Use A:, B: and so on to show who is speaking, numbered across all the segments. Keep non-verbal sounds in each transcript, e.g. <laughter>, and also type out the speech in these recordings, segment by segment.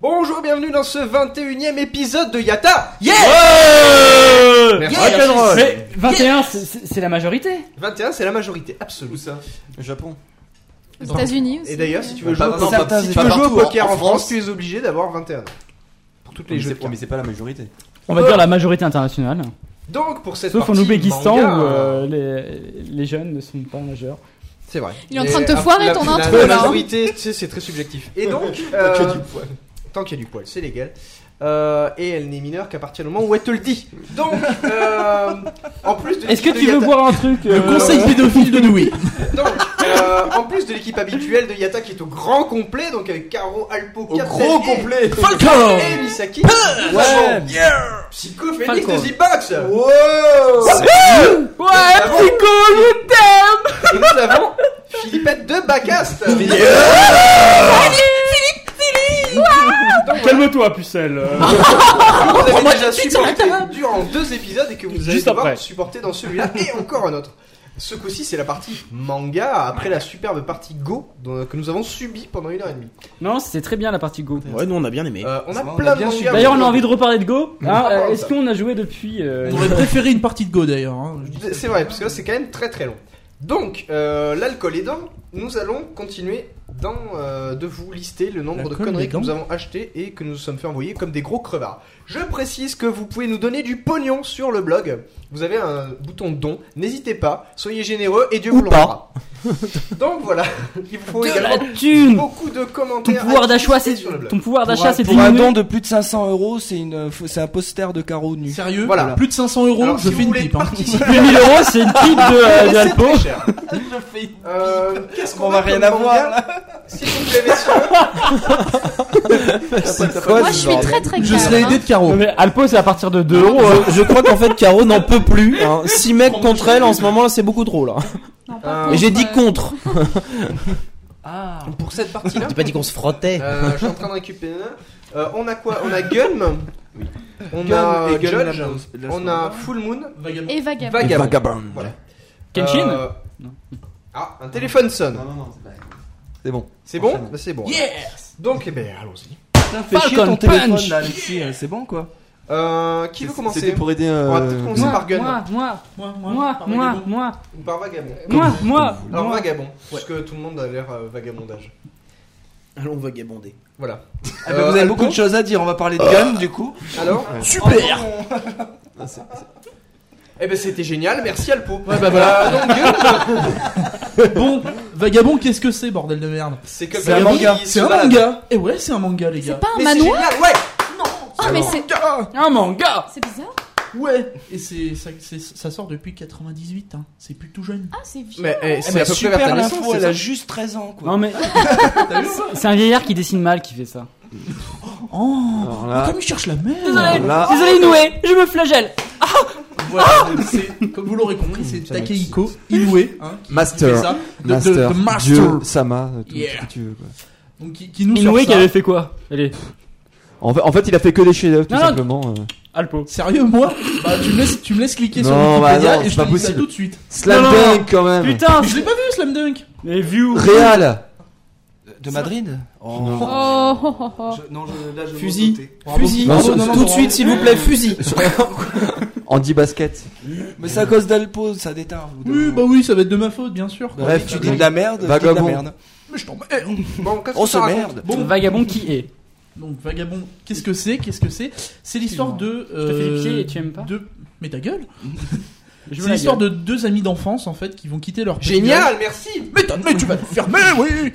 A: Bonjour, bienvenue dans ce 21 e épisode de Yata Yeah Merci.
B: Rock'n'roll.
C: Mais 21, c'est- c'est c'est la majorité.
A: 21, c'est la majorité absolue.
B: Japon.
D: Aux États-Unis aussi.
A: Et d'ailleurs, si tu veux
B: Pas-
A: jouer au
B: non,
A: poker,
B: pas-
A: si tu
B: pas
A: veux jouer au
B: partout,
A: poker
B: en-
A: hein. en
B: en
A: France,
B: France.
A: tu es obligé d'avoir 21 ans. Pour toutes les jeux de cartes.
B: mais c'est pas la majorité.
C: On va dire la majorité internationale.
A: Donc, pour cette
C: Sauf en
A: partie
C: Ouzbékistan
A: manga,
C: où
A: euh,
C: euh, les, les jeunes ne sont pas majeurs.
A: C'est vrai.
D: Il est en
A: Et
D: train de te
A: un-
D: foirer
A: la-
D: ton
A: la-
D: intro,
A: la
D: là, hein.
A: majorité, tu sais, c'est très subjectif. Et <laughs> donc, euh, tant qu'il y a du poil, c'est légal. Euh, et elle n'est mineure qu'à partir du moment où elle te le dit. Donc, euh, en plus de
C: Est-ce que
A: l'équipe de
C: tu veux
A: Yata-
C: boire un truc euh, Le
A: conseil
C: pédophile de <laughs> Louis.
A: Donc, euh, en plus de l'équipe habituelle de Yata qui est au grand complet, donc avec Caro, Alpo,
B: Au
A: Captain
B: gros
A: et-
B: complet.
A: et Misaki. nous avons Psycho Phoenix de
C: Falcon.
A: Z-Box.
C: Ouais,
A: Ah bon
C: Pico, je t'aime
A: Et nous avons Philippette de Bacast.
C: Calme-toi, pucelle. <laughs>
A: vous avez déjà supporté durant deux épisodes et que vous allez
C: Juste
A: devoir
C: après.
A: supporter dans celui-là et encore un autre. Ce coup-ci, c'est la partie manga après la superbe partie Go dont- que nous avons subi pendant une heure et demie.
C: Non, c'était très bien la partie Go.
E: Ouais, nous on a bien aimé.
A: Euh, on a
B: Ça va, on
A: plein
B: a
A: de
B: bien
A: mangas.
B: subi.
C: D'ailleurs, on a envie de reparler de Go. Hein,
A: Ah,
C: euh,
A: bon,
C: Est-ce
A: ça.
C: qu'on a joué depuis euh,
E: On aurait préféré une partie de Go d'ailleurs. hein. Je dis-
A: C'est vrai, parce que là, c'est quand même très très long. Donc, euh, l'alcool aidant, nous allons continuer dans, euh, de vous lister le nombre de
E: L'alcool
A: conneries que
E: aidant.
A: nous avons achetées et que nous nous sommes fait envoyer comme des gros crevards. Je précise que vous pouvez nous donner du pognon sur le blog. Vous avez un bouton don, n'hésitez pas, soyez généreux et Dieu vous le rendra. <laughs> Donc voilà, il vous faut
C: de
A: également
C: la thune
A: beaucoup de
C: Ton
A: commentaires.
C: pouvoir
A: à
C: d'achat,
A: lister
C: c'est
A: sur le blog.
C: ton pouvoir
F: Pour,
C: d'achat,
F: un,
C: c'est
F: pour un
C: diminué.
F: don de plus de 500 euros, c'est une, c'est un poster de carreau nu.
E: Sérieux
A: Voilà.
E: Plus de 500 euros,
A: Alors,
E: je
A: si
E: fais
A: vous
E: une
A: voulez
E: pipe. hein.
A: participer,
C: 2000 euros, c'est une pipe de, euh, de
A: c'est
C: Alpo.
A: très cher.
C: <laughs>
A: Euh, Qu'est-ce qu'on
F: On va
A: a
F: rien
A: comme
F: avoir,
A: manga <laughs> S'il vous plaît, messieurs.
D: Moi, je suis très
E: Je
D: très calme. hein.
E: serai aidé de
C: Non,
E: Caro.
C: mais Alpo, c'est à partir de 2 euros. euh.
F: euh, Je, je crois qu'en fait Caro n'en peut plus. 6 mecs contre elle en ce moment là c'est beaucoup trop là.
A: Mais
F: Mais j'ai dit contre.
A: Pour cette partie-là,
F: <laughs> T'as pas dit qu'on se frottait
A: Euh, je suis en train de récupérer. Euh, on a quoi On a Gun. On a Judge. on a Full Moon.
D: Et vagabond.
A: Vagabond. Voilà.
C: Kenshin
A: Euh,
C: Non.
A: Ah, un téléphone sonne.
B: Non, non, non, c'est pas. C'est bon.
A: C'est bon
B: Enchaîne.
A: Bah, C'est bon.
C: Yes
A: Donc, eh ben, allons-y.
F: Fais chier
C: Falcon
F: ton téléphone
C: Punch.
F: là, Alexis, euh, c'est bon quoi.
A: Euh, qui veut
B: C'était
A: commencer
B: pour aider.
A: On va peut-être
B: Euh...
A: commencer par Gun.
C: moi, moi,
E: Moi,
C: moi, moi, moi,
A: Ou par Vagabond.
C: moi, moi.
A: Alors,
C: moi.
A: Vagabond. Parce que tout le monde a l'air euh, vagabondage.
F: Allons vagabonder.
A: Voilà. Euh,
F: Ah bah, vous avez beaucoup de choses à dire, on va parler de gun du coup.
A: Alors
F: Super
A: Eh ben, c'était génial. Merci, Alpo. Ouais,
E: bah, voilà.
A: donc, euh, Gun,
E: Bon, Vagabond, qu'est-ce que c'est, bordel de merde
A: c'est que
F: C'est un manga.
A: il se
E: C'est un
A: balade.
E: manga. Et ouais, c'est un manga, les gars.
D: Pas un
A: Mais c'est
D: manoir
A: génial, ouais
D: Ah, mais c'est.
C: Un manga
D: C'est bizarre.
E: Ouais. Et c'est ça, c'est- ça sort depuis 98. Hein. C'est plus tout jeune.
D: Ah, c'est vieux.
A: Mais eh,
F: Eh
G: bah,
A: c'est
F: ben,
A: à peu près vers
F: Super
A: ta naissance,
F: l'info,
A: c'est
F: elle
A: ça
F: a juste 13 ans quoi.
C: Non mais c'est un vieillard qui dessine mal qui fait ça.
E: Oh.
B: Alors là,
E: Comme il cherche la
A: Ah,
E: merde.
C: Désolé,
B: là.
C: désolé Inoue, je me flagelle.
E: Voilà.
B: Ah,
E: c'est- Comme vous l'aurez compris, c'est Takehiko Inoue. Hein, qui fait
B: Master.
E: ça. The- the-
B: Master.
E: the Master.
B: Dieu, Sama. Tout
E: Yeah.
B: ce que tu veux. Quoi.
E: Donc, qui, qui nous sort
C: Inoue
E: ça.
C: qui avait fait quoi Allez,
B: En, fait, en fait, il a fait que des chefs-d'œuvre, tout
C: Non, non.
B: simplement. euh.
C: Alpo.
E: Sérieux, moi Bah, tu me laisses, tu me laisses cliquer sur
B: Non, bah
E: Wikipédia
B: non,
E: et
B: c'est
E: je
B: pas
E: te dis ça
B: possible.
E: tout de suite.
B: Slam
C: Non, non, non.
B: Dunk, quand même.
C: Putain, <laughs>
E: Mais je l'ai pas vu, Slam Dunk
C: mais view.
B: Real.
F: De Madrid
B: Non.
D: Oh, oh, oh, oh.
F: Non, là je
E: Fusil.
F: Fusil,
B: Non,
F: tout
B: non, non,
F: de suite s'il vous plaît, fusil.
B: Andy Basket.
F: Mais c'est à cause d'Alpo, ça déteint. au bout d'un
E: Oui,
F: moment.
E: bah oui, ça va être de ma faute, bien sûr. quoi.
B: Bref,
F: tu dis de la merde, tu dis de la
B: Vagabond.
F: merde.
E: Mais je t'en mets.
A: Bon, qu'est-ce
F: On
A: que
F: se
A: ça raconte
F: merde.
E: Bon,
C: Vagabond qui est
E: donc Vagabond, qu'est-ce que c'est Qu'est-ce que c'est C'est l'histoire de.
C: Je te fais
E: euh,
C: les pieds et tu aimes pas
E: de- Mais ta gueule
C: Je veux
E: C'est
C: la
E: l'histoire
C: gueule.
E: de deux amis d'enfance en fait qui vont quitter leur. petit village.
A: Génial, merci
E: Mais, t'as- mais tu vas te fermer, oui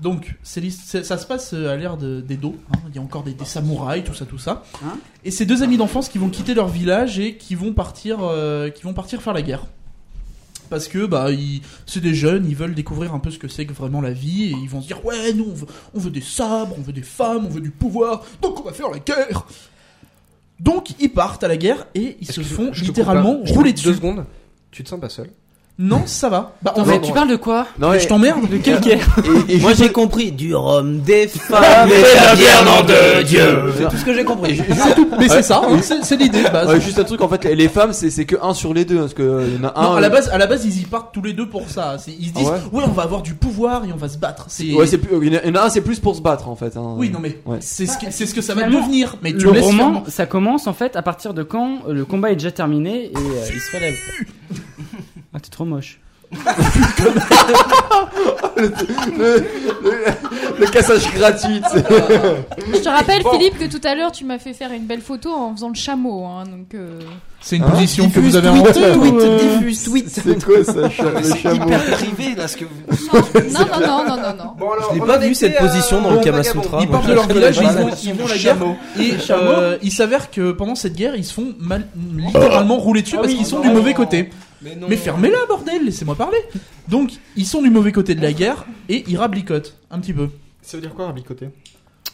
E: Donc, c'est l'his- c'est- ça se passe euh, à l'ère de- des dos. hein. Il y a encore des, des samouraïs, tout ça, tout ça.
H: Hein
E: et ces deux amis d'enfance qui vont quitter leur village et qui vont partir, euh, qui vont partir faire la guerre. Parce que bah ils- c'est des jeunes, ils veulent découvrir un peu ce que c'est que vraiment la vie et ils vont se dire ouais nous on veut, on veut des sabres, on veut des femmes, on veut du pouvoir, donc on va faire la guerre. Donc ils partent à la guerre et ils se font littéralement rouler dessus.
A: Deux secondes. Tu te sens pas seul
E: Non ça va. Bah on
A: Non,
E: va.
A: mais
E: Mais
A: tu
C: parles de quoi
B: Non, mais-
E: je t'emmerde.
C: De quelle guerre
B: et- et
H: Moi
B: juste-
H: j'ai compris du rhum, des femmes et la viande de Dieu. C'est tout ce que j'ai compris.
E: Mais c'est ça, hein, c'est c'est l'idée de base.
B: Ouais, juste un truc en fait, les- les femmes c'est c'est que un sur les deux, hein, parce que euh, il y en a un.
E: Non, à la
B: euh,
E: base, à la base, ils y partent tous les deux pour ça. C'est- Ils se disent,
B: Ah
E: ouais. on va avoir du pouvoir et on va se battre. C'est,
B: ouais, c'est plus, il y en a- il y en a un c'est plus pour se battre en fait. hein.
E: oui, non mais
B: Ouais.
E: c'est ce que c'est ce que ça va
C: Finalement,
E: devenir. Mais tu
C: Le
E: laisses
C: roman,
E: faire-
C: ça commence en fait à partir de quand euh, le combat est déjà terminé et euh, il se relève. Ah, t'es trop moche.
B: Le cassage gratuit. tu sais.
D: Je te rappelle, Philippe, que tout à l'heure, tu m'as fait faire une belle photo en faisant le chameau. Hein, donc, euh,
E: C'est une
B: Hein
E: position que
H: Diffuse,
E: vous avez
H: tweet,
E: inventée.
H: tweet,
E: ou, euh,
H: diffuse, tweet.
B: c'est quoi ça, cha- le
H: C'est
B: chameau
H: hyper privé là ce que vous.
D: <laughs> Non, non, non, non, non, non.
A: Bon, alors,
F: Je l'ai
A: on
F: pas
A: en
F: vu
A: était
F: cette
A: à-
F: position dans
A: au
F: le Kama
A: vagabond.
F: Sutra,
E: Ils
F: moi.
E: partent de leur village, ils
F: Voilà.
E: vont, ils vont à la guerre et euh, il s'avère que pendant cette guerre, ils se font mal- littéralement rouler dessus
C: Ah
E: parce
C: oui,
E: qu'ils sont
C: non.
E: du mauvais côté.
H: Mais
E: Mais fermez-la, bordel, laissez-moi parler. Donc, ils sont du mauvais côté de la guerre et ils rablicotent un petit peu.
A: Ça veut dire quoi, rabicoter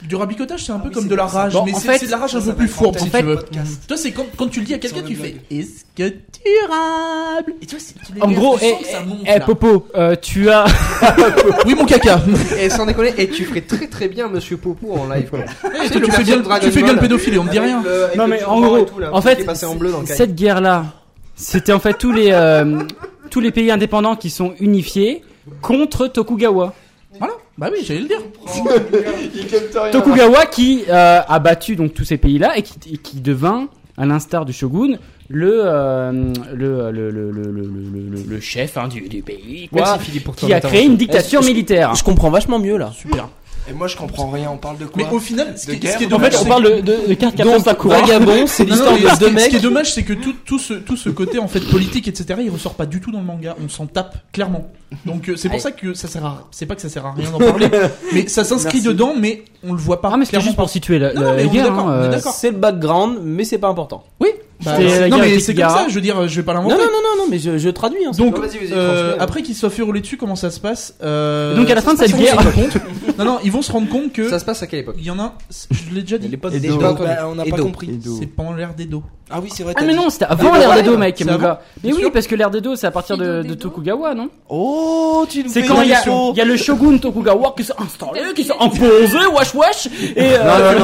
E: Du rabicotage, c'est un peu
H: oui,
E: comme
H: c'est
E: de la
H: pour ça.
E: rage,
C: Bon,
E: mais
C: en
E: c'est
C: fait,
E: c'est de la rage un
H: ça
E: peu
H: va
E: plus
H: être
E: forte, si
H: fantastique,
E: tu veux.
H: podcast.
E: Toi, c'est quand, quand tu le dis à quelqu'un,
H: Sur
E: tu
H: le
E: fais
H: blog.
E: Est-ce que tu rables Et tu vois, c'est- tu les
C: En
E: mets,
C: gros,
E: tu
C: eh,
E: sens que ça monte,
C: eh,
E: là.
C: Popo, euh, tu as.
E: Oui, mon caca
A: Et Eh, sans déconner, et tu ferais très très bien Monsieur Popo en live. Quoi.
E: Eh,
A: C'est
E: toi,
A: le
E: Tu fais
A: version
E: bien
A: Dragon
E: tu fais bien
A: Ball.
E: le pédophile et on me dit
A: Avec
E: rien.
A: le- avec
C: Non
A: le
C: mais
A: petit
C: en
A: rempart
C: gros,
A: et tout, là,
C: en
A: qui
C: fait,
A: est passé en bleu dans le
C: cette guerre là, c'était en fait tous les euh, tous les pays indépendants qui sont unifiés contre Tokugawa.
E: Voilà, bah oui, j'allais le dire.
C: Tokugawa qui euh, a battu donc tous ces pays là et qui, et qui devint à l'instar du shogun le euh, le, le, le, le, le, le- le- le chef hein, du, du pays quoi,
A: Philippe pour
C: qui a créé une dictature
F: Est-ce-
C: militaire.
F: Je comprends vachement mieux là.
E: Super.
H: Et moi je comprends rien, on parle de
E: Mais
H: quoi
E: au final, ce qui
H: De
E: est ce qui est
H: guerre
E: dommage, c'est que-
C: de, de, carte
F: Donc, Vagabond, c'est
E: <laughs> Non, non,
F: l'histoire
E: mais
F: de
E: ce qui est-
F: deux
E: Ce qui est
F: mecs.
E: dommage, c'est que tout, tout, ce, tout ce côté en fait politique, etc., il ressort pas du tout dans le manga. On s'en tape clairement. Donc euh, c'est pour
C: Allez.
E: ça que ça sert à. C'est pas que ça sert à rien d'en parler,
F: <laughs>
E: mais ça s'inscrit
F: Merci.
E: dedans, mais on le voit pas.
C: Ah mais c'était
E: clairement
C: juste
E: pas.
C: pour situer la,
E: Non,
C: la
E: non, mais on est
C: guerre.
E: d'accord,
C: hein,
E: on est
C: euh,
E: d'accord.
F: C'est le background, mais c'est pas important.
E: Oui. Bah,
C: C'était la
E: non
C: guerre
E: mais
C: avec
E: c'est comme
C: Gara.
E: ça. Je veux dire, je vais pas
F: Non,
E: l'inventer.
F: non, non, non, non, mais je, je traduis. Hein,
E: Donc,
A: Non, vas-y, vas-y,
E: euh,
A: transmets, là.
E: après qu'ils se soient fait rouler dessus, comment ça se passe Euh,
C: Et donc, à la fin de
E: ça se
C: cette
E: passe, ils
C: guerre-
E: se rendent compte- non, non, ils vont se rendre compte que
A: Ça se passe à quelle époque
E: il y en a. un- Je l'ai déjà dit.
B: pas
H: Et
A: Edo.
H: donc, bah, on n'a
B: Edo.
H: pas compris.
B: Edo.
E: C'est pas en l'air des dos.
H: Ah oui, c'est vrai.
C: Ah
H: t'as
C: mais
H: dit.
C: non, c'était avant
E: Ah,
C: l'ère des
E: ouais,
C: dos mec,
E: c'est
C: mon
E: avant,
C: gars. Mais
E: bien
C: oui,
E: sûr.
C: parce que l'ère des dos c'est à partir de,
D: Ido
C: de
D: Dedo.
C: Tokugawa, non
F: Oh, tu nous
C: C'est
F: fais
C: quand
F: une
C: il y, a-
F: leçon.
C: il y a le shogun Tokugawa qui s'est installé, qui s'est imposé, wesh wesh, et
B: Non,
C: <laughs> euh,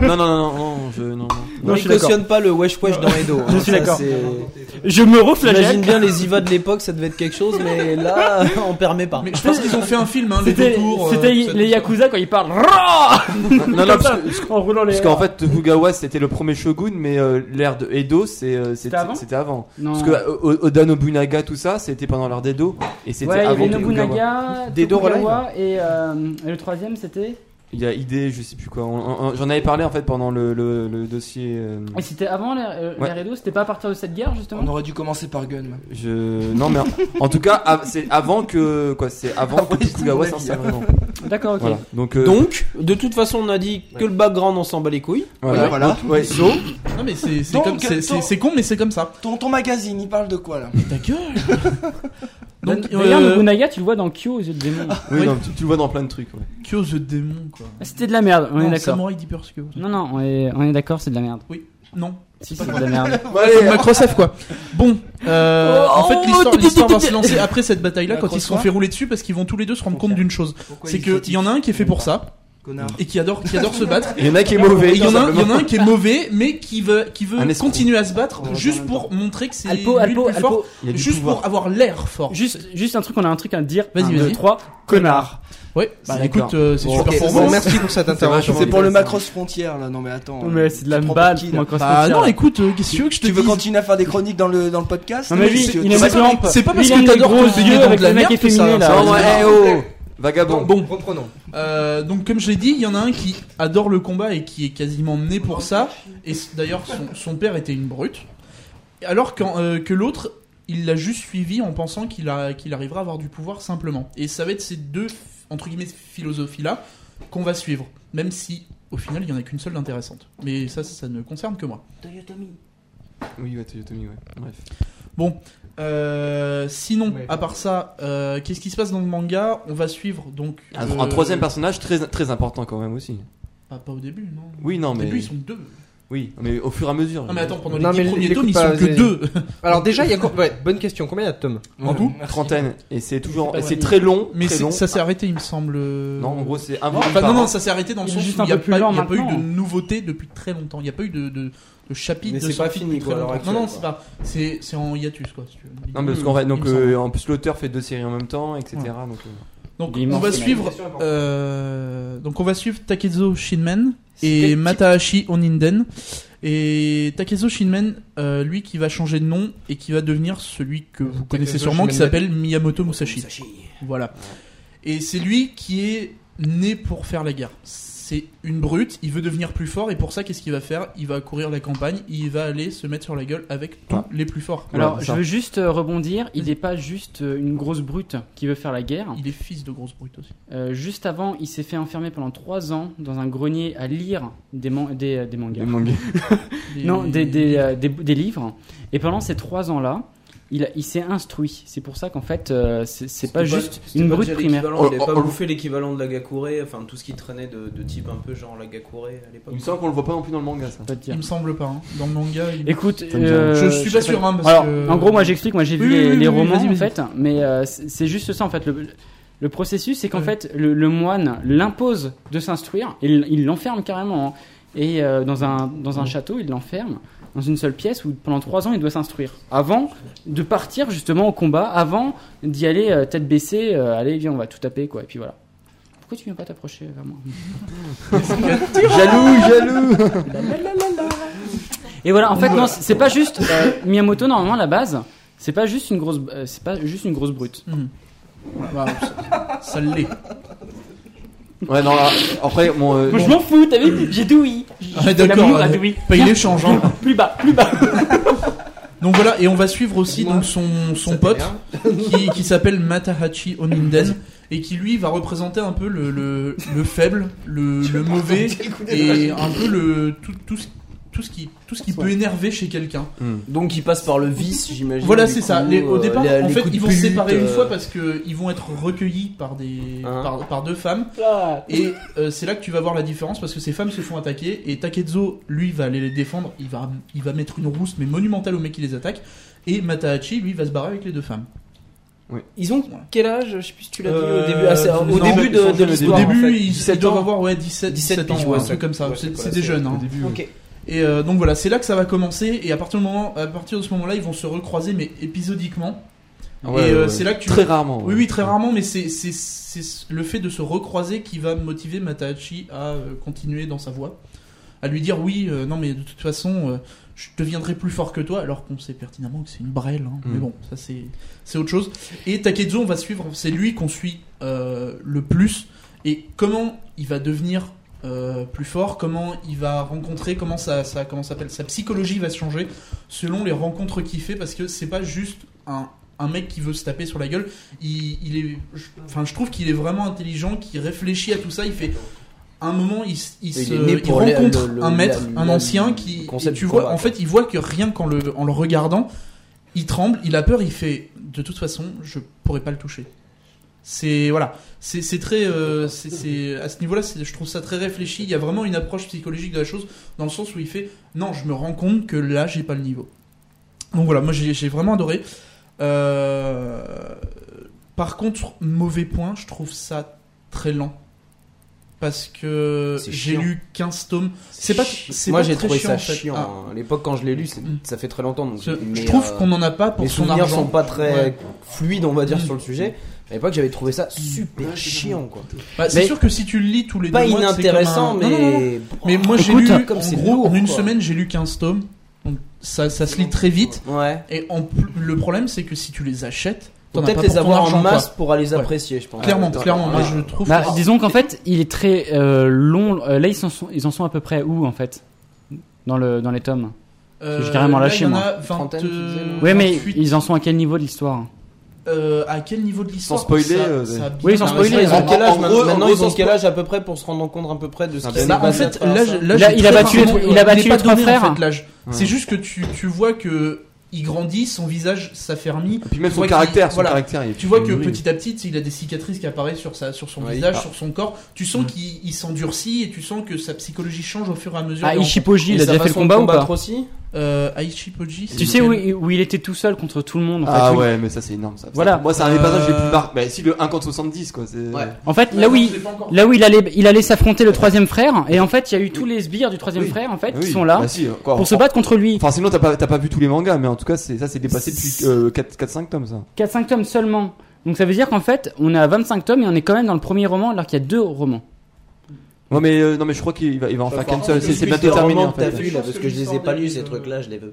B: non, non, non, non, non, non, non, non, je, non, non.
F: Non,
C: Non, je
F: je
C: suis d'accord.
F: cautionne pas le wesh wesh dans les dos.
C: Je
F: hein,
C: suis
F: ça,
C: d'accord.
F: c'est-
C: je me reflagelle.
F: J'imagine bien les IVA de l'époque, ça devait être quelque chose, mais
H: <laughs>
F: là, on permet pas.
E: Mais je pense qu'ils ont fait un film, hein, les
C: C'était
E: détours. euh,
C: c'était
E: tout ça,
C: les
E: tout ça.
C: Yakuza quand ils parlent. Rah
B: Non, non,
C: Comme
B: parce
C: ça, en roulant les.
B: Parce qu'en fait, Tokugawa c'était le premier shogun, mais euh, l'ère de Edo c'est, euh, c'était
C: avant
B: c'était avant.
C: Non.
B: Parce que euh, O- Oda Nobunaga, tout ça, c'était pendant l'ère d'Edo. Et c'était
C: ouais, il y
B: avant
C: avait
B: Tokugawa.
C: Nobunaga,
A: Des dos
C: Tokugawa et, euh, et le troisième c'était.
B: Il y a idée, je sais plus quoi. On- on- on- J'en avais parlé en fait pendant le, le, le dossier. euh,
C: Et c'était avant l'ère euh,
B: Ouais.
C: l'ère Edo, c'était pas à partir de cette guerre justement.
E: Oh
H: On aurait dû commencer par Gun.
B: je...
E: <laughs>
B: Non, mais en- en tout cas, av- c'est avant que quoi, c'est avant
E: Ah
B: que Tokugawa s'installe vraiment.
C: D'accord, ok.
B: Voilà. Donc, euh,
F: Donc, de toute façon, on a dit que le background, on s'en bat les couilles.
B: voilà.
H: Oui, voilà.
B: Donc, ouais.
E: Non mais c'est c'est
H: Donc,
E: comme- c'est- c'est- c'est con, mais c'est comme ça.
H: Ton, ton magazine, il parle de quoi là
E: Ta gueule. <laughs> Donc
C: D'ailleurs,
E: euh,
C: Nobunaga, tu le vois dans Kyo aux yeux de démon.
B: Oui,
E: Oui.
B: non, tu, tu le vois dans plein de trucs. ouais.
E: Kyo the Démon quoi.
C: C'était de la merde, Ah, on
E: Non,
C: est d'accord.
E: Samurai Deeper Skull.
C: Non, non, on est, on est d'accord, c'est de la merde.
E: Non.
C: Si, c'est de la merde.
E: <laughs> Faut le Microsoft quoi. Bon, euh,
C: Oh,
E: en fait l'histoire-
C: oh,
E: l'histoire va
C: t'es-
E: se lancer après cette bataille-là quand ils se sont
H: Microsoft.
E: fait rouler dessus parce qu'ils vont tous les deux se rendre compte d'une chose,
H: Pourquoi
E: c'est
H: il
E: que
H: faut-il
E: il y en a un qui est fait pour ça
H: Connard.
E: et qui adore qui adore
H: <laughs>
E: se battre.
B: Il y en a qui est mauvais.
E: Et il y en a un, il y en a
B: simplement.
E: un qui est mauvais mais qui veut qui veut
B: Un escroc.
E: continuer à se battre
B: Dans- dans
E: juste
B: le
E: pour montrer que c'est lui
C: Alpo, Alpo,
E: le plus fort,
C: Alpo.
B: Il y a du
E: juste
B: pouvoir.
E: pour avoir l'air fort.
C: Juste, juste un truc, on a un truc à dire.
E: Vas-y,
C: Un,
E: vas-y.
C: deux, trois. Connard.
E: Ouais,
B: Bah,
E: bah
B: d'accord.
E: écoute, euh, c'est
B: Bon,
E: super
H: ok,
E: pour
H: bon,
E: vous.
A: merci pour cette intervention.
B: vachement
H: C'est pour le
B: bizarre.
H: Macross Frontière là, non mais
E: Oh,
H: attends.
C: Non, mais c'est de la
H: tu te prends
C: balle,
H: pour qui, là
C: moi, quand
E: Bah
C: je
E: non,
C: me tiens.
E: écoute, euh, qu'est-ce que tu veux que je te
H: Tu veux
E: dise
H: continuer à faire des chroniques dans le, dans le podcast
C: Non, mais
H: Tu-
C: lui,
H: tu-
C: il
H: tu-
C: aime la
E: C'est pas-
C: lampe.
E: c'est pas
C: Lui,
E: parce
C: il
E: que
C: aime les
E: t'adores
C: gros
E: te baigner
C: yeux
E: dans
C: avec
E: de la
C: le mec
E: merde que ça-
C: efféminé
E: ça
C: là.
B: Non, ouais, eh, oh Vagabond.
A: Bon, reprenons.
E: Euh, donc comme je l'ai dit, il y en a un qui adore le combat et qui est quasiment né pour ça. Et c- d'ailleurs, son, son père était une brute. Alors qu'en- euh, que l'autre, il l'a juste suivi en pensant qu'il a- qu'il arrivera à avoir du pouvoir simplement. Et ça va être ces deux f- entre guillemets philosophie là qu'on va suivre, même si au final il y en a qu'une seule d'intéressante. Mais ça, ça ne concerne que moi.
B: Oui, ouais, Toyotomi, ouais. Bref.
E: Euh, sinon,
A: Ouais.
E: à part ça, euh, qu'est-ce qui se passe dans le manga On va suivre donc
B: Un,
E: euh,
B: Ah,
E: Ah,
B: un troisième personnage très, très important quand même aussi.
E: Pas, pas au début, non.
B: Oui, non,
E: Au
B: mais.
E: début, ils sont deux.
B: Oui, mais au fur et à mesure.
E: Non mais attends, pendant
A: Non,
E: les
A: mais
E: dix premiers
A: les
E: tomes, ils
A: coupe
E: sont
A: pas,
E: que
A: les-
E: deux.
A: Alors déjà, il y a co- ouais, bonne question. Combien il y a de tomes
B: En tout
H: Merci.
B: Trentaine. Et c'est toujours.
E: C'est pas
B: et C'est
E: vrai.
B: très long.
E: <laughs> Mais
B: très
E: c'est-
B: long.
E: ça s'est arrêté, il me semble.
B: Non, en gros, c'est un
E: Enfin,
B: volume
E: non,
B: par
E: non,
B: an.
E: ça s'est arrêté dans le
C: Il est
E: sens où il
C: juste
E: n'y
C: un
E: a,
C: peu plus
E: pas-
C: lent
E: il y a pas eu de
C: maintenant.
E: nouveauté depuis très longtemps. Il n'y a pas eu de, de, de chapitre.
H: Mais
E: de
H: c'est pas
E: sortie
H: fini,
E: depuis
H: quoi,
E: très
H: à l'heure
E: longtemps. Non, non, c'est
H: actuelle,
E: pas. C'est c'est en hiatus, quoi. si tu veux.
B: Non, mais parce qu'en vrai,
E: Il
B: donc,
E: me semble.
B: euh, en plus, l'auteur fait deux séries en même temps, etc. Donc, euh,
E: Donc
C: Il est
E: on
C: mort,
E: va
C: c'est
E: suivre. euh, donc on va suivre Takezo Shinmen et Matahashi Oninden. Et Takezo Shinmen, euh, lui qui va changer de nom et qui va devenir celui que vous connaissez sûrement, qui
A: Shinmen.
E: s'appelle Miyamoto Musashi. Voilà. Et c'est lui qui est né pour faire la guerre. C'est une brute, il veut devenir plus fort et pour ça qu'est-ce qu'il va faire Il va courir la campagne, il va aller se mettre sur la gueule avec tous
B: Ah.
E: les plus forts.
B: Voilà,
C: Alors,
B: c'est
C: je
B: ça.
C: veux juste euh, rebondir. Il n'est pas juste euh, une grosse brute qui veut faire la guerre.
E: Il est fils de grosse brute aussi.
C: Euh, juste avant, il s'est fait enfermer pendant 3 ans dans un grenier à lire des, man- des, euh, des mangas.
B: les mangas.
C: Non, des, des,
E: des-
C: euh, des- des livres. Et pendant ces 3 ans-là, il, a- il s'est instruit. C'est pour ça qu'en fait, euh, c'est- c'est pas juste une brute primaire.
H: Il avait
B: Oh,
H: pas
B: oh, oh.
H: bouffé l'équivalent de la Gakure, enfin tout ce qui traînait de, de type un peu genre la Gakure à
B: Il
H: l'époque.
B: me semble qu'on le voit pas non plus dans le manga, ça.
C: je peux te dire.
E: Il me semble pas. hein. Dans le manga, il...
C: Écoute,
B: me dit
C: euh,
E: je suis pas
C: sais
E: sûr. hein, parce
C: Alors,
E: que-
C: en gros, moi j'explique, moi j'ai
E: Oui,
C: vu les,
E: oui, oui,
C: les
E: oui,
C: romans
E: vas-y,
C: en
E: vas-y.
C: fait, mais euh, c'est c'est juste ça en fait. Le, le processus, c'est qu'en
E: Ouais.
C: fait, le, le moine l'impose de s'instruire, il il l'enferme carrément. hein. Et euh, dans, un, dans un château, il l'enferme dans une seule pièce où pendant trois ans il doit s'instruire. Avant de partir justement au combat, avant d'y aller euh, tête baissée, euh, allez, viens, on va tout taper quoi. Et puis voilà. Pourquoi tu viens pas t'approcher vers moi
B: <laughs> Jaloux, jaloux
C: Et voilà, en fait, non, c'est c'est pas juste euh, Miyamoto normalement à la base. C'est pas juste une grosse, euh, c'est pas juste une grosse brute.
E: Mhm. Bah, ça- ça l'est.
B: Ouais, non, là, après, bon, euh,
C: Moi, je m'en fous, t'as vu J'ai douille.
E: Ah, d'accord, euh, paye l'échange. hein.
C: Plus bas, plus bas.
E: Donc voilà, et on va suivre aussi donc son, son pote qui, qui s'appelle Matahachi Oninden et qui lui va représenter un peu le, le, le faible,
H: <laughs>
E: le, le mauvais et un peu le tout, tout, ce, tout ce qui, tout ce qui peut énerver chez quelqu'un.
H: Donc il passe par le vice, j'imagine.
E: Voilà,
H: du
E: c'est
H: coup,
E: ça. Les- au
H: euh,
E: départ,
H: les-
E: en
H: les
E: fait,
H: coups de
E: ils vont se
H: pute,
E: séparer une
H: euh,
E: fois parce que ils vont être recueillis par des
H: Hein.
E: par, par deux femmes.
C: Bah,
E: Et euh, c'est là que tu vas voir la différence parce que ces femmes se font attaquer et Takezo, lui, va aller les défendre. Il va, il va mettre une rousse mais monumentale au mec qui les attaque. Et Matahachi, lui, va se barrer avec les deux femmes.
H: Ils ont
E: Ouais.
H: quel âge Je sais plus si tu l'as dit
E: Euh,
H: au début. Ah, c'est-
E: non,
H: au début
E: ils
H: de,
E: sont
H: de
E: jeunes, Au
H: l'histoire.
E: début,
H: en fait.
E: ils, ils
H: 17
E: doivent
H: ans.
E: avoir ouais, 17,
H: 17
E: 17 ans,
H: piges,
E: ouais,
H: ouais,
E: un truc
H: ça-
E: comme ça.
H: ouais,
E: c'est
H: c'est
E: c'est
H: pas
E: des
H: la
E: jeunes.
H: série,
E: hein.
H: au Ok.
E: Et euh, donc voilà, c'est là que ça va commencer. Et à partir, du moment, à partir de ce moment-là, ils vont se recroiser, mais épisodiquement.
B: Ah ouais,
E: et euh,
B: ouais.
E: c'est là que tu
B: Très rarement.
E: Oui, oui, très rarement, mais c'est c'est- c'est le fait de se recroiser qui va motiver Matahachi à euh, continuer dans sa voie. À lui dire, oui, euh, non, mais de toute façon, euh, je deviendrai plus fort que toi, alors qu'on sait pertinemment que c'est une brêle. hein.
B: Mm.
E: Mais bon, ça c'est c'est autre chose. Et Takezo, on va suivre, c'est lui qu'on suit euh, le plus. Et comment il va devenir euh, plus fort, comment il va rencontrer, comment ça, ça comment ça s'appelle, sa psychologie va se changer selon les rencontres qu'il fait, parce que c'est pas juste un, un mec qui veut se taper sur la gueule. Il, il est, je, enfin, je trouve qu'il est vraiment intelligent, qui réfléchit à tout ça. Il fait à un moment, il, s- il
H: Il
E: se-
H: est né
E: il
H: pour les-
E: rencontre
H: le- le-
E: un maître,
H: la-
E: un
H: la-
E: ancien
H: le
E: qui,
H: concept
E: et tu
H: du
E: vois,
H: combat,
E: en fait, il voit que rien qu'en le, en le regardant, il tremble, il a peur, il fait de toute façon, je pourrais pas le toucher. C'est voilà, c'est c'est très, euh, c'est- c'est à ce niveau-là, c'est- je trouve ça très réfléchi. Il y a vraiment une approche psychologique de la chose dans le sens où il fait non, je me rends compte que là, j'ai pas le niveau. Donc voilà, moi j'ai j'ai vraiment adoré. Euh, Par contre, mauvais point, je trouve ça très lent. Parce que
H: C'est
E: j'ai
H: chiant.
E: lu 15 tomes. C'est pas,
H: Chi-
E: c'est
H: Moi
E: pas
H: j'ai
E: très
H: trouvé
E: chiant,
H: ça
E: en fait.
H: chiant.
E: Ah.
H: hein. À l'époque quand je l'ai lu, c'est-
E: Mm.
H: ça fait très longtemps. Donc,
E: Je,
H: mais,
E: je trouve
H: euh,
E: qu'on n'en a pas
H: les
E: pour son
H: souvenirs
E: argent.
H: sont pas très
E: Ouais.
H: fluides, on va dire,
E: Mm.
H: sur le sujet. À l'époque, j'avais trouvé ça super chiant, quoi.
E: Bah, c'est
H: Mais-
E: sûr que si tu le lis tous les
H: Pas
E: deux mois, c'est comme un-
H: inintéressant,
E: Non, non, non.
H: mais.
E: Mais moi j'ai
H: Écoute,
E: lu,
H: comme
E: en
H: c'est
E: gros,
H: lourd,
E: en une
H: quoi.
E: semaine, j'ai lu 15 tomes. Donc ça, ça se lit très vite.
H: Ouais.
E: Et en plus, le problème, c'est que si tu les achètes,
H: Faut
E: t'en as pas
H: Peut-être
E: pour
H: les
E: ton
H: avoir
E: argent,
H: en
E: quoi.
H: masse pour les
E: Ouais.
H: apprécier, je pense.
E: Clairement,
H: Ouais.
E: clairement. Moi, je trouve.
C: Bah,
E: que-
C: disons qu'en fait, il est très euh, long. Euh, Là, ils en, sont, ils en sont à peu près où en fait dans, le, dans les tomes
E: Euh,
C: j'ai carrément
E: là,
C: lâché,
E: il y en
C: moi.
E: a 20,
H: Trentaine, tu disais, non
E: euh,
C: Ouais, mais
E: 28.
C: ils en sont à quel niveau de l'histoire
E: euh, à quel niveau de l'histoire
B: Sans spoiler,
E: ça-
B: euh,
E: ça a bien
C: Oui, sans
E: arrêté.
C: spoiler.
F: Ils ont
B: En-
F: quel
B: en
F: âge
B: gros-
F: maintenant
B: en
F: Maintenant,
B: gros,
F: ils ont
B: sans
F: quel âge à peu près pour se rendre compte un peu près de ce
B: Ah,
F: qui
B: ben,
F: s'est
E: Bah, en
F: passé
E: fait,
F: à travers
E: là,
F: ça
E: je- là,
C: Il a-
E: j'ai
C: il a
E: très
C: battu-
E: rarement-
C: il a battu
E: est
C: les
E: pas
C: trois
E: donné,
C: frères,
E: En
C: hein.
E: fait, l'âge.
B: Ouais.
E: C'est juste que tu, tu vois que il grandit, son visage s'affermit.
B: Puis même
E: Tu
B: son
E: vois qu'il-
B: caractère, son
E: voilà.
B: caractère. il est
E: Tu vois que
B: pourri.
E: petit à petit, il a des cicatrices qui apparaissent sur sa, sur son
B: Ouais, il
E: visage,
B: part.
E: sur son corps. Tu sens
B: Mm.
E: qu'il il s'endurcit et tu sens que sa psychologie change au fur et à mesure.
C: Ah,
E: des rencontres.
C: Ishipoji, il
F: Et
C: a
F: sa
C: déjà fait le
F: façon de
C: combat ou
F: combattre
C: pas
F: aussi
E: Euh, Aichi Poji, c'est
C: Tu sais où,
E: lequel
C: où il était tout seul contre tout le monde. En fait,
B: Ah
C: oui.
B: ouais, mais ça c'est énorme ça.
C: Voilà.
B: Moi, c'est un des
E: Euh,
B: passages les plus marquants. Bah, si le 1 contre 70, quoi. c'est-
F: Ouais.
C: En fait,
E: Ouais,
C: là
E: non,
C: où il,
E: je l'ai pas encore.
C: là où il allait, il allait s'affronter le troisième frère, et en fait, il y a eu tous les sbires du troisième
B: Oui.
C: frère, en fait,
B: Ah
C: qui
B: oui,
C: sont là
B: bah si, quoi.
C: pour se battre contre lui.
B: Enfin, sinon, t'as pas, t'as pas vu tous les mangas, mais en tout cas, c'est, ça, c'est dépassé depuis euh, 4-5 tomes, ça.
C: 4-5 tomes seulement. Donc ça veut dire qu'en fait, on est à 25 tomes et on est quand même dans le premier roman alors qu'il y a deux romans.
B: Ouais, mais, euh, non, mais je crois qu'il va, il va en
F: Enfin,
B: faire
F: par
B: qu'un seul.
F: contre,
B: C'est,
F: le
B: c'est
F: plus
B: bientôt
F: de
B: terminé,
F: romans
B: en
F: que t'as
B: fait.
F: vu là, parce que je les ai pas lus ces trucs-là, je les veux.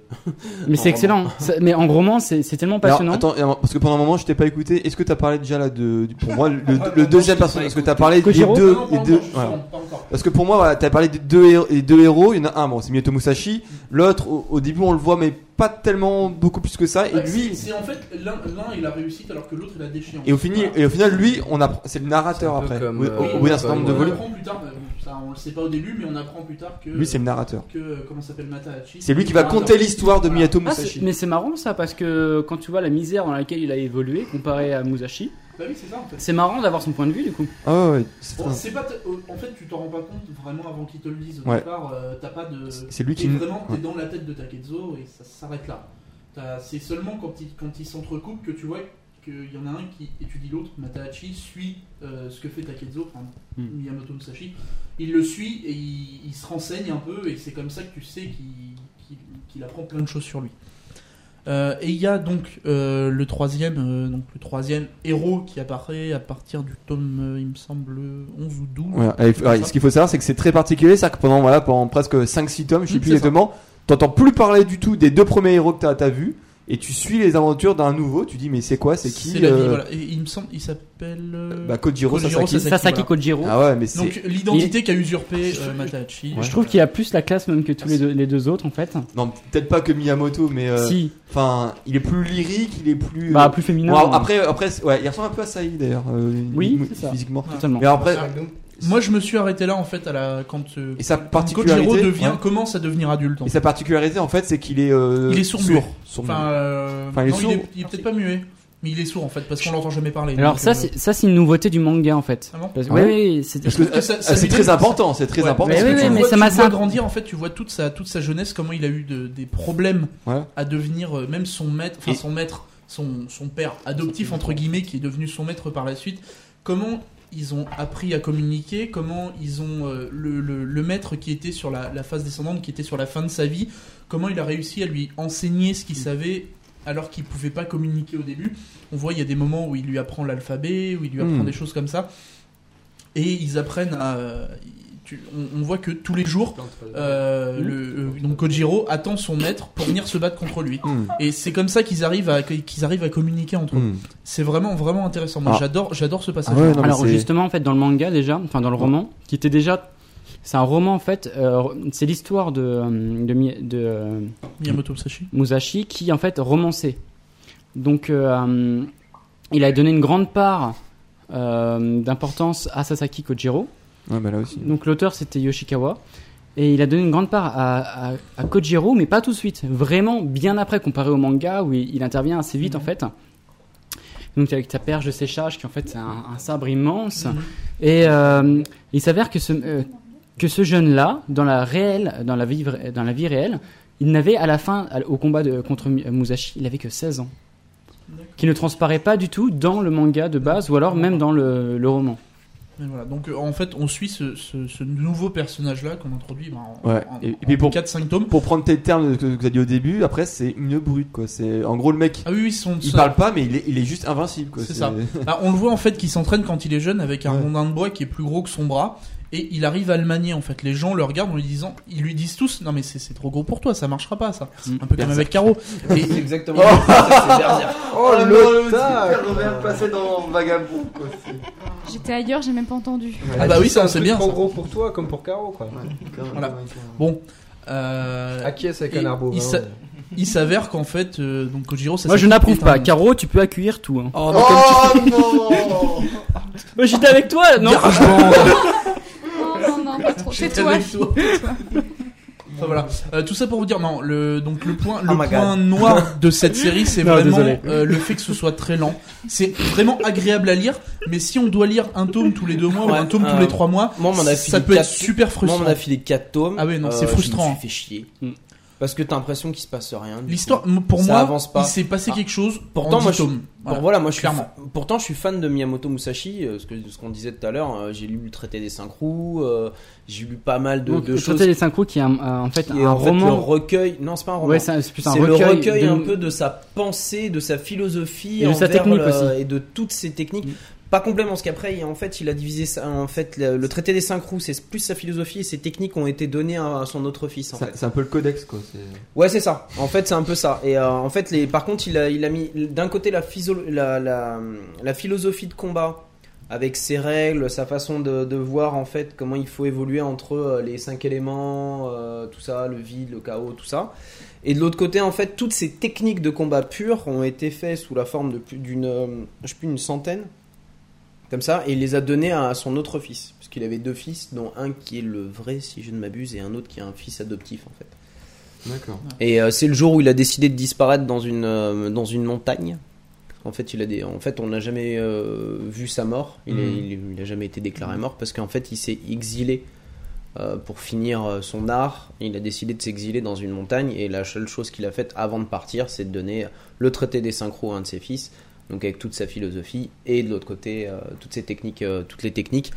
C: Mais
F: En
C: c'est excellent. Ça- Mais en roman, c'est c'est tellement
B: Alors,
C: passionnant.
B: attends, et avant- parce que pendant un moment, je t'ai pas écouté. Est-ce que t'as parlé déjà là de, du- pour moi, le, le- le deuxième personnage Parce que t'as parlé des
C: Kojiro
B: deux,
E: Non,
B: des
E: pas
B: deux,
E: encore,
B: voilà.
E: justement, pas encore.
B: Parce que pour moi, voilà, t'as parlé des deux, héros- des deux héros. Il y en a un, bon, c'est Miyato Musashi. L'autre, au, au début, on le voit, mais pas tellement beaucoup plus que ça. Et
E: Bah,
B: lui,
E: c'est c'est en fait l'un, l'un il a réussi alors que l'autre il a déchiré.
B: et au, fini, et au final, lui, on apprend, c'est le narrateur
A: C'est un peu
B: après.
A: comme,
B: Au- au-
A: euh,
B: au bout d'un certain nombre de
E: on
A: Voilà.
B: volumes.
E: apprend plus tard, bah, bon, ça, on le sait pas au début, mais on apprend plus tard que.
B: Lui, c'est le narrateur.
E: que euh, comment s'appelle Matahachi.
B: C'est lui qui va
E: Narrateur.
B: conter l'histoire de
E: Voilà.
B: Miyato
C: Ah, c'est-
B: Musashi.
C: mais c'est marrant ça parce que quand tu vois la misère dans laquelle il a évolué comparé à Musashi,
E: Bah oui, c'est ça en fait.
C: c'est marrant d'avoir son point de vue du coup.
B: Ah ouais, ouais, c'est
E: Bon,
B: très-
E: c'est pas t- euh, en fait, tu t'en rends pas compte vraiment avant qu'ils te le disent. Au
B: Ouais.
E: départ, euh, t'as pas de.
B: C'est lui
E: t'es
B: qui-
E: Vraiment, t'es
B: ouais.
E: dans la tête de Takezo et ça s'arrête là. T'as- C'est seulement quand ils quand ils s'entrecoupent que tu vois qu'il y en a un qui étudie l'autre. Matahachi suit euh, ce que fait Takezo, enfin,
C: Hmm.
E: Miyamoto Musashi. Il le suit et il, il se renseigne un peu et c'est comme ça que tu sais qu'il qu'il- qu'il apprend plein de choses sur lui. Euh, et il y a donc euh, le troisième, euh, donc le troisième héros qui apparaît à partir du tome, euh, il me semble 11 ou 12.
B: Ouais, et- ouais, ce qu'il faut savoir, c'est que c'est très particulier, c'est-à-dire que pendant, voilà, pendant presque 5-6 tomes, je sais
E: Mm, c'est
B: plus
E: ça.
B: exactement, t'entends plus parler du tout des deux premiers héros que t'as t'as vu, et tu suis les aventures d'un nouveau, tu dis mais c'est quoi, c'est qui
E: la vie,
B: euh,
E: voilà. Et il me semble, il s'appelle. euh,
B: Bah Kojiro
E: Kojiro
B: Sasaki.
E: Sasaki.
C: Sasaki
E: voilà.
C: Kojiro.
B: Ah ouais, mais c'est...
E: Donc l'identité qu'a usurpé
F: Je-
E: euh, Matahachi.
B: Ouais.
C: Je trouve qu'il a plus la classe même que tous les deux, les deux autres en fait.
B: Non, peut-être pas que Miyamoto, mais... euh,
C: si,
B: Enfin, il est plus lyrique, il est plus... euh,
C: bah plus féminin.
B: Bon,
C: hein.
B: après, après c'est- ouais, il ressemble un peu à Saï d'ailleurs, euh,
C: Oui,
B: mou-
C: c'est ça.
B: physiquement.
C: Totalement.
B: Mais après,
A: Ah,
E: Moi, je me suis arrêté là en fait à la quand. euh,
B: et sa
E: quand Kojiro
B: particularité...
E: devient,
B: ouais.
E: commence à devenir adulte. en
B: Et sa particularité en fait, c'est qu'il est... euh,
E: Il est sourd-muet.
B: Sourd-muet.
E: Enfin, euh,
B: Enfin, il est
E: non,
B: sourd.
E: il est, il est peut-être pas muet, mais il est sourd en fait parce qu'on l'entend jamais parler.
C: Alors
E: donc,
C: ça,
E: euh,
C: c'est- ça c'est une nouveauté du manga en fait.
E: Ah bon
C: Parce-
B: Ah
C: ouais,
B: ouais
C: ouais, c'est-
B: Parce
E: trouve
B: que,
E: que ça-
B: ah,
E: ça
B: c'est
E: m'étonne-
B: très important, c'est très
E: Ouais.
B: important.
C: Mais
B: parce
C: oui,
B: que
C: oui,
B: tu
E: Tu
C: mais
E: vois-
C: ça
E: tu
C: m'a-
E: vois
C: ça-
E: grandir en fait, tu vois toute sa toute sa jeunesse, comment il a eu de- des problèmes
B: Ouais.
E: à devenir euh, même son maître, enfin
B: Et-
E: son maître, son, son père adoptif entre guillemets qui est devenu son maître par la suite. Comment ils ont appris à communiquer, comment ils ont euh, le, le- le maître qui était sur la, la phase descendante, qui était sur la fin de sa vie, comment il a réussi à lui enseigner ce
B: Mm.
E: qu'il savait alors qu'il pouvait pas communiquer au début. On voit il y a des moments où il lui apprend l'alphabet, où il lui apprend
B: Hmm.
E: des choses comme ça, et ils apprennent à euh, tu- on- on voit que tous les jours, euh,
C: Mhm.
B: Mm.
E: le, euh, donc Kojiro attend son maître pour venir se battre contre lui.
B: Hmm.
E: Et c'est comme ça qu'ils arrivent à qu'ils arrivent à communiquer entre eux.
B: Hmm.
E: C'est vraiment vraiment intéressant. Moi
B: Ah.
E: j'adore j'adore ce passage.
B: Ah ouais, non, mais
C: Alors
B: c'est-
C: justement en fait dans le manga déjà, enfin dans le roman, qui était déjà, c'est un roman en fait, euh, c'est l'histoire de euh, de, Mi- de, euh,
E: Miyamoto
B: Mm.
E: Musashi.
C: Musashi qui en fait romançait. Donc euh, il a donné une grande part euh, d'importance à Sasaki Kojiro.
B: Ouais, bah là aussi.
C: Donc l'auteur c'était Yoshikawa. Et il a donné une grande part à, à, à Kojiro, mais pas tout de suite. Vraiment bien après, comparé au manga où il, il intervient assez vite en
E: Mhm.
C: fait. Donc avec sa perche de séchage qui en fait c'est un, un sabre immense.
E: Mhm.
C: Et euh, il s'avère que ce, euh, que ce jeune-là, dans la réelle, dans la vie, vra- dans la vie réelle, il n'avait à la fin, à- au combat de, contre Mi- euh, Musashi, il avait que 16 ans.
E: D'accord. Ah.
C: Qui ne transparaît pas du tout dans le manga de base ou alors même dans le, le roman.
E: Et voilà. Donc euh, en fait on suit ce, ce- ce nouveau personnage là qu'on introduit bah, en,
B: Ouais.
E: en-
B: Et- et
E: en
B: puis pour-
E: 4-5 tomes.
B: Pour prendre tes termes que, que vous avez dit au début, après c'est une brute quoi. C'est en gros le mec,
E: Ah oui oui son,
B: il
E: son-
B: parle pas mais il est, il est juste invincible quoi.
E: C'est ça.
B: <laughs>
E: Ah, on le voit en fait qu'il s'entraîne quand il est jeune avec un
B: Ouais.
E: rondin de bois qui est plus gros que son bras et il arrive à le manier en fait. Les gens le regardent en lui disant, ils lui disent tous, non mais c'est c'est trop gros pour toi, ça marchera pas ça.
C: Mm.
E: Un peu comme avec Caro. Et,
B: <laughs>
H: C'est
B: Oh.
H: exactement ça, c'est Berserk.
A: Oh le tac
B: passé dans Vagabond quoi.
D: J'étais ailleurs, j'ai même pas entendu.
E: Ah bah oui, ça, on sait bien,
A: trop
E: ça.
A: gros pour toi comme pour Caro quoi.
E: Voilà. Bon, Euh,
H: Ah.
A: À qui est-ce avec
E: et
A: un arbre
E: il s'a- Il s'avère qu'en fait, euh, donc Kojiro, ça
C: Moi, je
E: s'appelle-
C: n'approuve
E: est
C: pas.
E: un-
C: Caro, tu peux accueillir tout. hein.
F: Oh, non, comme
A: Oh non
C: Moi, j'étais avec toi, non
D: Non, non, non, pas trop.
E: J'ai
D: C'est toi.
E: tellement eu <laughs> Enfin, voilà. Euh, tout ça pour vous dire, non, le, donc le point,
H: Ah,
E: le
F: Oh my
E: point
H: <laughs>
E: noir de cette série, c'est
C: Non,
E: vraiment
C: désolé.
E: euh, le fait que ce soit très lent. C'est vraiment agréable à lire, mais si on doit lire un tome tous les deux mois ou
H: Ouais,
E: un tome tous
H: euh,
E: les trois mois,
H: Moi, on m'en
E: ça
H: a filé
E: peut être
H: quatre-
E: super
H: Moi,
E: frustrant.
H: on m'en a filé 4 tomes.
E: Ah ouais, non, c'est
H: je
E: frustrant.
H: me suis fait chier.
C: Mm.
H: Parce que t'as l'impression qu'il se passe rien. du
E: L'histoire,
H: tout.
E: m- pour
H: Ça
E: moi,
H: avance pas. Ah.
E: il s'est passé quelque chose
H: Pourtant,
E: en
H: moi,
E: 10
H: je-
E: tomes.
H: Bon,
E: Voilà.
H: voilà, moi je suis
E: Clairement.
H: fa- pourtant je suis fan de Miyamoto Musashi, euh, ce que ce qu'on disait tout à l'heure, euh, j'ai lu le traité des cinq roues, euh, j'ai lu pas mal de,
C: Donc,
H: de
C: Le
H: choses
C: Traité des Cinq Roues, qui est un- euh, en fait
H: qui est
C: un
H: en fait le
C: roman.
H: recueil, non c'est pas un roman,
C: Ouais, c'est un- c'est plus un
H: c'est le
C: recueil.
H: recueil
C: de-
H: un peu de sa pensée, de sa philosophie,
C: Et de sa
H: envers
C: technique
H: le-
C: aussi.
H: et de toutes ses techniques.
C: Mm.
H: Pas complètement, parce qu'après, il- en fait, il a divisé ça. En fait, le, le traité des cinq roues, c'est plus sa philosophie et ses techniques ont été données à, à son autre fils. En fait.
B: C'est un peu le codex quoi. c'est-
H: Ouais, c'est ça. En fait, c'est un peu ça. Et euh, en fait, les, par contre, il a, il a mis d'un côté la, physio- la, la, la philosophie de combat avec ses règles, sa façon de, de voir en fait comment il faut évoluer entre euh, les cinq éléments, euh, tout ça, le vide, le chaos, tout ça. Et de l'autre côté, en fait, toutes ces techniques de combat pures ont été faites sous la forme de plus d'une, euh, je sais plus, une centaine, comme ça, et il les a données à son autre fils, parce qu'il avait deux fils, dont un qui est le vrai, si je ne m'abuse, et un autre qui est un fils adoptif, en fait.
B: D'accord.
H: Et euh, c'est le jour où il a décidé de disparaître dans une, euh, dans une montagne. En fait, il a des, en fait on n'a jamais euh, vu sa mort. Il
B: Mm.
H: n'a jamais été déclaré mort parce qu'en fait, il s'est exilé euh, pour finir euh, son art. Il a décidé de s'exiler dans une montagne. Et la seule chose qu'il a faite avant de partir, c'est de donner le traité des synchros à un de ses fils. Donc, avec toute sa philosophie. Et de l'autre côté, euh, toutes, ses techniques, euh, toutes les techniques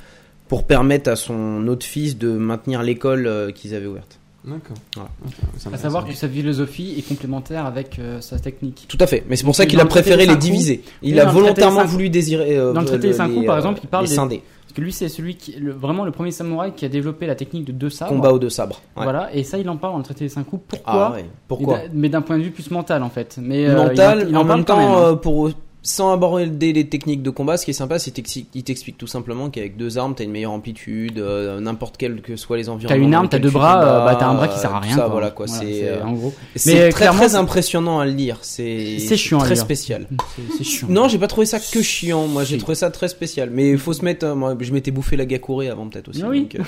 H: pour permettre à son autre fils de maintenir l'école euh, qu'ils avaient ouverte.
B: D'accord.
H: Voilà.
B: Ok, c'est
C: À savoir
B: <laughs>
C: que
B: intéressant.
C: sa philosophie est complémentaire avec euh, sa technique.
H: Tout à fait, mais c'est pour
C: Donc,
H: ça
C: dans
H: qu'il a
C: le traité des
H: préféré les
C: cinq roues-
H: diviser.
C: dans
H: Il a
C: le traité des
H: volontairement
C: cinq roues-
H: voulu désirer. euh,
C: Dans le traité des cinq
H: les,
C: roues, par
H: euh,
C: exemple, il parle
H: les
C: des-
H: scindés,
C: Parce que lui, c'est celui qui, le- vraiment le premier samouraï qui a développé la technique de deux sabres.
H: combat aux deux sabres. Ouais.
C: Voilà, et ça, il en parle dans le traité des cinq coups. Pourquoi
H: Ah ouais. Pourquoi
C: Et d'un- Mais d'un point de vue plus mental, en fait. Mais, euh,
H: Mental,
C: il en, il
H: en
C: parle
H: même
C: quand
H: temps,
C: hein.
H: euh, pour sans aborder les techniques de combat, ce qui est sympa, c'est qu'il t'explique tout simplement qu'avec deux armes, t'as une meilleure amplitude, euh, n'importe quel que soient les environnements.
C: T'as une
H: dans
C: arme, t'as
H: lesquels
C: deux
H: tu
C: bras,
H: combats,
C: euh, bah, t'as un bras qui
H: euh,
C: sert à
H: tout
C: rien.
H: ça,
C: quoi.
H: voilà quoi. c'est euh,
C: en gros.
H: c'est très
C: clairement,
H: très
C: c'est-
H: impressionnant à lire. C'est
C: C'est chiant à
H: très
C: lire.
H: spécial.
C: C'est c'est chiant.
H: Non, j'ai pas trouvé ça que chiant. Moi, j'ai
C: Si.
H: trouvé ça très spécial. Mais il faut se mettre. euh, moi, je m'étais bouffé la Gakure avant, peut-être aussi.
C: Ah oui.
H: Donc, euh,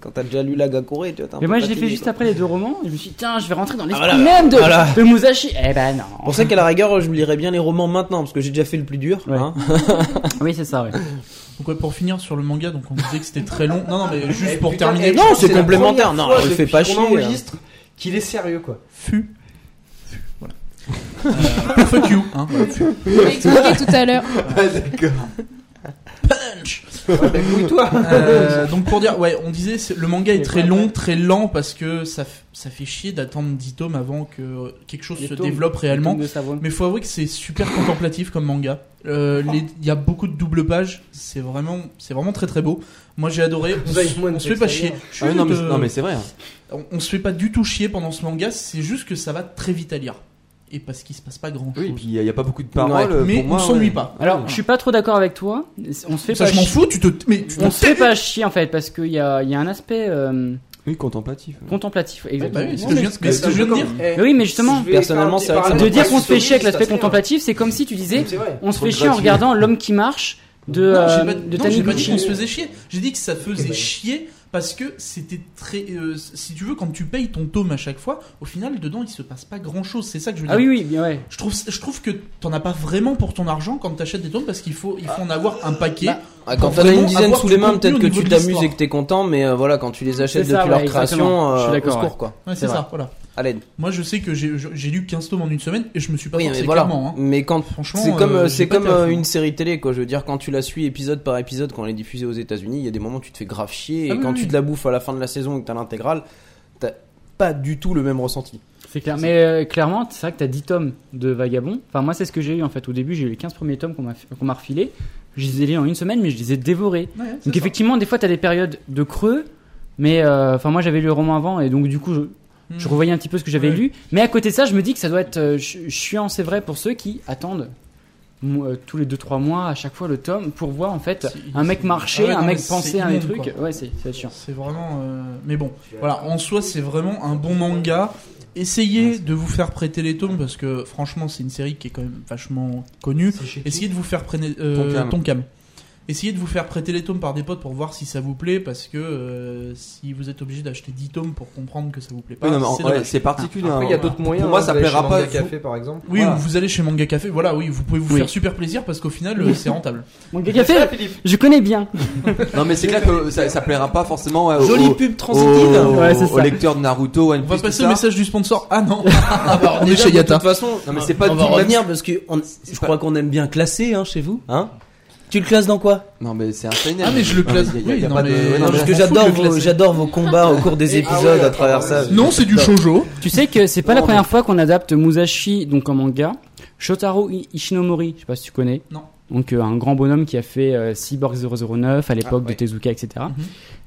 H: quand t'as déjà lu la Gakure, tu vois. t'es un
C: Mais
H: peu
C: moi, je l'ai
H: fatigué,
C: fait juste
H: quoi.
C: après les deux romans. Et je me suis dit, tiens, je vais rentrer dans l'esprit
H: Ah, voilà.
C: même de,
H: Voilà.
C: de Musashi. Eh ben
H: C'est
C: non.
H: Pour ça qu'à la rigueur, je me lirais bien les romans maintenant, parce que j'ai déjà fait le plus dur.
C: Ouais.
H: hein.
C: Oui, c'est ça, ouais.
E: Donc ouais, pour finir sur le manga, donc on disait que c'était très long. Non, non, Ah, mais
A: Eh,
E: juste pour
A: putain,
E: terminer.
A: eh,
H: Non, c'est
A: la
H: complémentaire.
A: première
H: Non,
A: fois
H: je fais
A: depuis
H: pas
A: qu'on
H: chier,
A: enregistre qu'il est sérieux quoi.
E: Fu. Fu, Voilà. Euh, <laughs> fuck you. Hein.
D: Je l'ai expliqué tout à <laughs> l'heure.
A: toi
C: <laughs>
E: Euh, donc pour dire, ouais, on disait c'est- le manga est très long, très lent parce que ça, f- ça fait chier d'attendre 10 tomes avant que euh, quelque chose
C: Les
E: se
C: tomes.
E: développe réellement.
C: De savoir.
E: Mais faut avouer que c'est super contemplatif comme manga. Euh, les- Il y a beaucoup de double pages, c'est vraiment, c'est vraiment très très beau. Moi j'ai adoré. On,
A: Vous avez
E: s-
A: moins de
E: on se fait
A: texte
E: pas
A: à
E: chier.
A: lire.
E: Je suis euh,
B: Ah, oui, non, mais,
E: de-
B: non, mais c'est vrai. hein.
E: on, on se fait pas du tout chier pendant ce manga. C'est juste que ça va très vite à lire et parce qu'il se passe pas grand
B: Oui, et
E: chose.
B: puis il n'y a, pas beaucoup de paroles. euh,
E: mais
B: pour moi,
E: on s'ennuie
B: ouais.
E: pas.
C: Alors, je suis pas trop d'accord avec toi. On se fait
E: Ça
C: pas
E: je m'en
C: chier.
E: fous. Tu te, mais tu te
C: On se fait pas chier, en fait, parce qu'il y a, il y a un aspect euh,
B: Oui, contemplatif. ouais.
C: contemplatif.
E: Ouais,
C: Exactement.
E: bah oui, c'est
A: Non,
E: ce que je
A: mais
E: viens de- mais ce que je viens de dire.
A: Eh,
C: Mais oui, mais justement,
A: si je vais
H: personnellement,
A: faire
H: c'est vrai que
A: des
H: ça
C: de
A: parallèles,
C: dire qu'on se fait
A: c'est
C: chier avec l'aspect
A: vrai.
C: contemplatif, c'est comme si tu disais
A: C'est vrai.
C: on se
B: Trop
C: fait
B: de
C: chier en
B: gratuit.
C: regardant l'homme qui marche de,
E: Non, j'ai
C: euh, de
E: pas- non, j'ai pas dit
C: Taniguchi. bah
E: qu'on se faisait chier. J'ai dit que ça faisait
A: ben.
E: chier parce que c'était très. euh, si tu veux, quand tu payes ton tome à chaque fois, au final, dedans, il se passe pas grand chose. C'est ça que je veux
C: Ah
E: dire.
C: oui, oui, bien, ouais.
E: Je trouve, je trouve que t'en as pas vraiment pour ton argent quand t'achètes des tomes parce qu'il faut, il faut en avoir un paquet.
C: Bah,
H: Ah, Quand
E: Pour
H: t'en as
E: vraiment
H: une dizaine
E: avoir
H: sous
E: du
H: les mains,
E: contenu
H: peut-être
E: au
H: que
E: niveau
H: tu
E: de
H: t'amuses
E: l'histoire.
H: et que t'es content, mais euh, voilà, quand tu les achètes
C: C'est ça,
H: depuis
C: ouais,
H: leur
C: exactement.
H: création,
C: Je suis
H: euh, au
C: d'accord,
H: secours
C: ouais.
H: quoi.
E: Ouais,
C: C'est
E: c'est
C: vrai.
E: ça, voilà.
H: À l'aide.
E: Moi, je sais que j'ai je- j'ai lu 15 tomes en une semaine et je me suis pas
H: Oui,
E: forcé
H: mais voilà.
E: clairement. hein.
H: Mais quand
E: Franchement,
H: c'est comme
E: euh,
H: euh,
E: j'ai
H: c'est
E: pas
H: comme
E: été à
H: euh,
E: fond.
H: une série télé quoi. Je veux dire, quand tu la suis épisode par épisode, quand elle est diffusée aux États-Unis, il y a des moments où tu te fais grave chier et
E: Ah oui,
H: quand
E: oui.
H: tu te la bouffes à la fin de la saison et que t'as l'intégrale, t'as pas du tout le même ressenti.
C: C'est clair. Mais euh, clairement, c'est vrai que t'as 10 tomes de Vagabond. Enfin, moi, c'est ce que j'ai eu en fait. Au début, j'ai eu les 15 premiers tomes qu'on m'a qu'on m'a refilés. Je les ai lus en une semaine, mais je les ai dévorés.
E: Ouais, c'est
C: Donc,
E: ça.
C: effectivement, des fois, t'as des périodes de creux. Mais euh, enfin, moi, j'avais lu le roman avant, et donc, du coup, je, je
E: Hmm.
C: revoyais un petit peu ce que j'avais
E: Ouais.
C: lu. Mais à côté de ça, je me dis que ça doit être euh, ch- chiant, c'est vrai, pour ceux qui attendent mo- euh, tous les 2-3 mois à chaque fois le tome pour voir en fait
E: Si-
C: un mec
E: si-
C: marcher,
E: Ah ouais,
C: un
E: non,
C: mec
E: mais c'est
C: penser à un
E: immonde,
C: truc.
E: quoi.
C: Ouais, c'est c'est chiant.
E: C'est vraiment. euh, Mais bon, voilà, en soi, c'est vraiment un bon manga. Essayez de vous faire prêter les tomes parce que franchement, c'est une série qui est quand même vachement connue. Essayez de vous faire prêter
B: Tonkam.
E: Tonkam. Essayez de vous faire prêter les tomes par des potes pour voir si ça vous plaît parce que euh, si vous êtes obligé d'acheter 10 tomes pour comprendre que ça vous plaît pas,
B: Oui, non, mais en-
E: c'est
B: ouais,
E: dommage.
B: c'est particulier.
A: Après, il y a
B: hein.
A: d'autres moyens.
B: moi,
A: hein,
B: ça
A: vous allez
B: plaira
A: chez
B: pas,
A: Manga
B: faut-
A: Café, par exemple.
E: Oui,
B: Voilà.
E: ou vous allez chez Manga Café, voilà, oui, vous pouvez vous
C: Oui.
E: faire super plaisir parce qu'au final, euh, c'est rentable.
C: Mon gars, café,
A: Philippe.
C: je connais bien.
B: Non, mais c'est clair que ça, ça plaira pas forcément ouais,
F: Jolie
B: au,
F: pub
B: au,
F: transitive.
B: au-
C: Ouais, c'est ça.
B: au lecteur de Naruto, One
E: On
B: Piece.
E: va passer au
B: tout ça.
E: message du sponsor. Ah non Ah bah, on est
F: Déjà,
E: chez
F: de
E: Yata.
F: toute façon,
B: Non, mais c'est pas
F: on
B: du
F: va
B: même-
F: revenir parce que on- je crois qu'on aime bien classer hein, chez vous.
B: Hein
F: Tu le classes dans quoi
B: Non, mais c'est un seinen.
E: Ah, mais je le
B: Non,
E: classe-
B: mais y a- y a-
E: oui,
B: y a
E: non,
B: pas de-
E: mais-
B: ouais, non,
E: Non,
F: Parce que
E: mais je m'en fous de
F: j'adore
E: le
F: vos,
E: classer.
F: j'adors vos combats au cours des
A: Et- ah ouais,
F: épisodes à travers
A: attends,
F: ça.
A: ouais.
E: Non, c'est du shoujo.
C: Tu sais que c'est pas la
F: Non,
C: première fois qu'on adapte Musashi donc en manga. Shotaro I- Ishinomori, je sais pas si tu connais.
E: Non.
C: Donc euh, un grand bonhomme qui a fait euh, Cyborg 009 à l'époque
H: Ah,
C: de
H: ouais.
C: Tezuka, etc.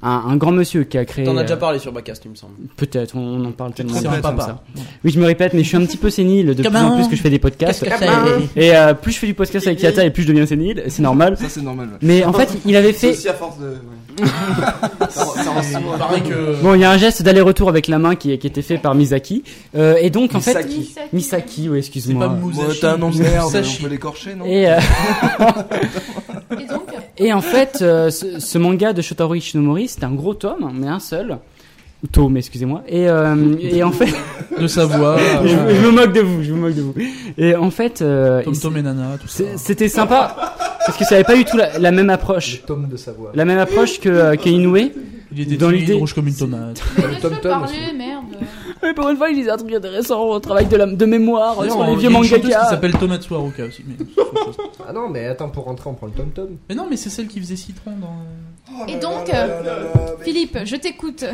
C: un, un grand monsieur qui a créé.
H: T'en as déjà
C: euh,
H: parlé sur Bacast, il me semble.
C: Peut-être, on, on en parle tellement.
E: C'est
C: de
E: un
C: trucs comme
E: papa.
C: ça. Oui, je me répète, mais je suis un petit peu sénile de plus en
E: Comment
C: plus que je fais des podcasts.
E: Qu'est-ce que
C: Et euh, plus je fais du podcast avec Yata et plus je deviens sénile, c'est normal.
G: Ça, c'est normal. ouais.
C: Mais en fait, il avait fait.
B: aussi à force de. ouais.
F: Ah,
B: ça,
E: Ah,
B: rend- ça rend
E: Il
B: souvent-
E: paraît que.
C: Bon, il y a un geste d'aller-retour avec la main qui, qui était fait par Misaki. Euh, et donc, en fait.
B: Misaki.
C: Misaki, oui,
E: C'est pas
C: excuse-moi.
G: Bon,
E: Musashi.
G: t'as un nom de merde, on
E: Musashi.
G: peut l'écorcher, non
C: Et, euh,
D: Et donc,
C: et en fait, euh, ce, ce manga de Shotaro Ishinomori, c'est un gros tome, mais un seul. Tome, excusez-moi. Et, euh, et
A: <laughs>
C: en fait,
E: <laughs> De sa voix. <laughs>
A: Ah
E: euh,
C: je, je me moque de vous, je me moque de vous. Et en fait, euh,
E: Tom Tom et Nana, tout ça.
C: c'est- c'était sympa parce que ça avait pas du tout la- la même approche.
A: Le tome de Savoie.
C: La même approche que, euh, que Inoue.
E: Il était
C: Dans
E: timide,
C: l'idée-
E: rouge comme une tomate.
D: laisse-le
A: Tom Tom
D: parler,
A: aussi.
D: merde.
C: Mais pour une fois, il disait un truc intéressant au travail de, la, de mémoire
E: D'ailleurs,
C: sur les
E: il y
C: vieux
E: a une chanteuse qui
C: mangaka.
E: s'appelle Tomate Suaruka aussi. Mais, c'est autre chose.
A: Ah non, mais attends, pour rentrer, on prend le Tom Tom.
E: Mais non, mais c'est celle qui faisait Citron dans. euh,
D: Et donc, Philippe, je t'écoute.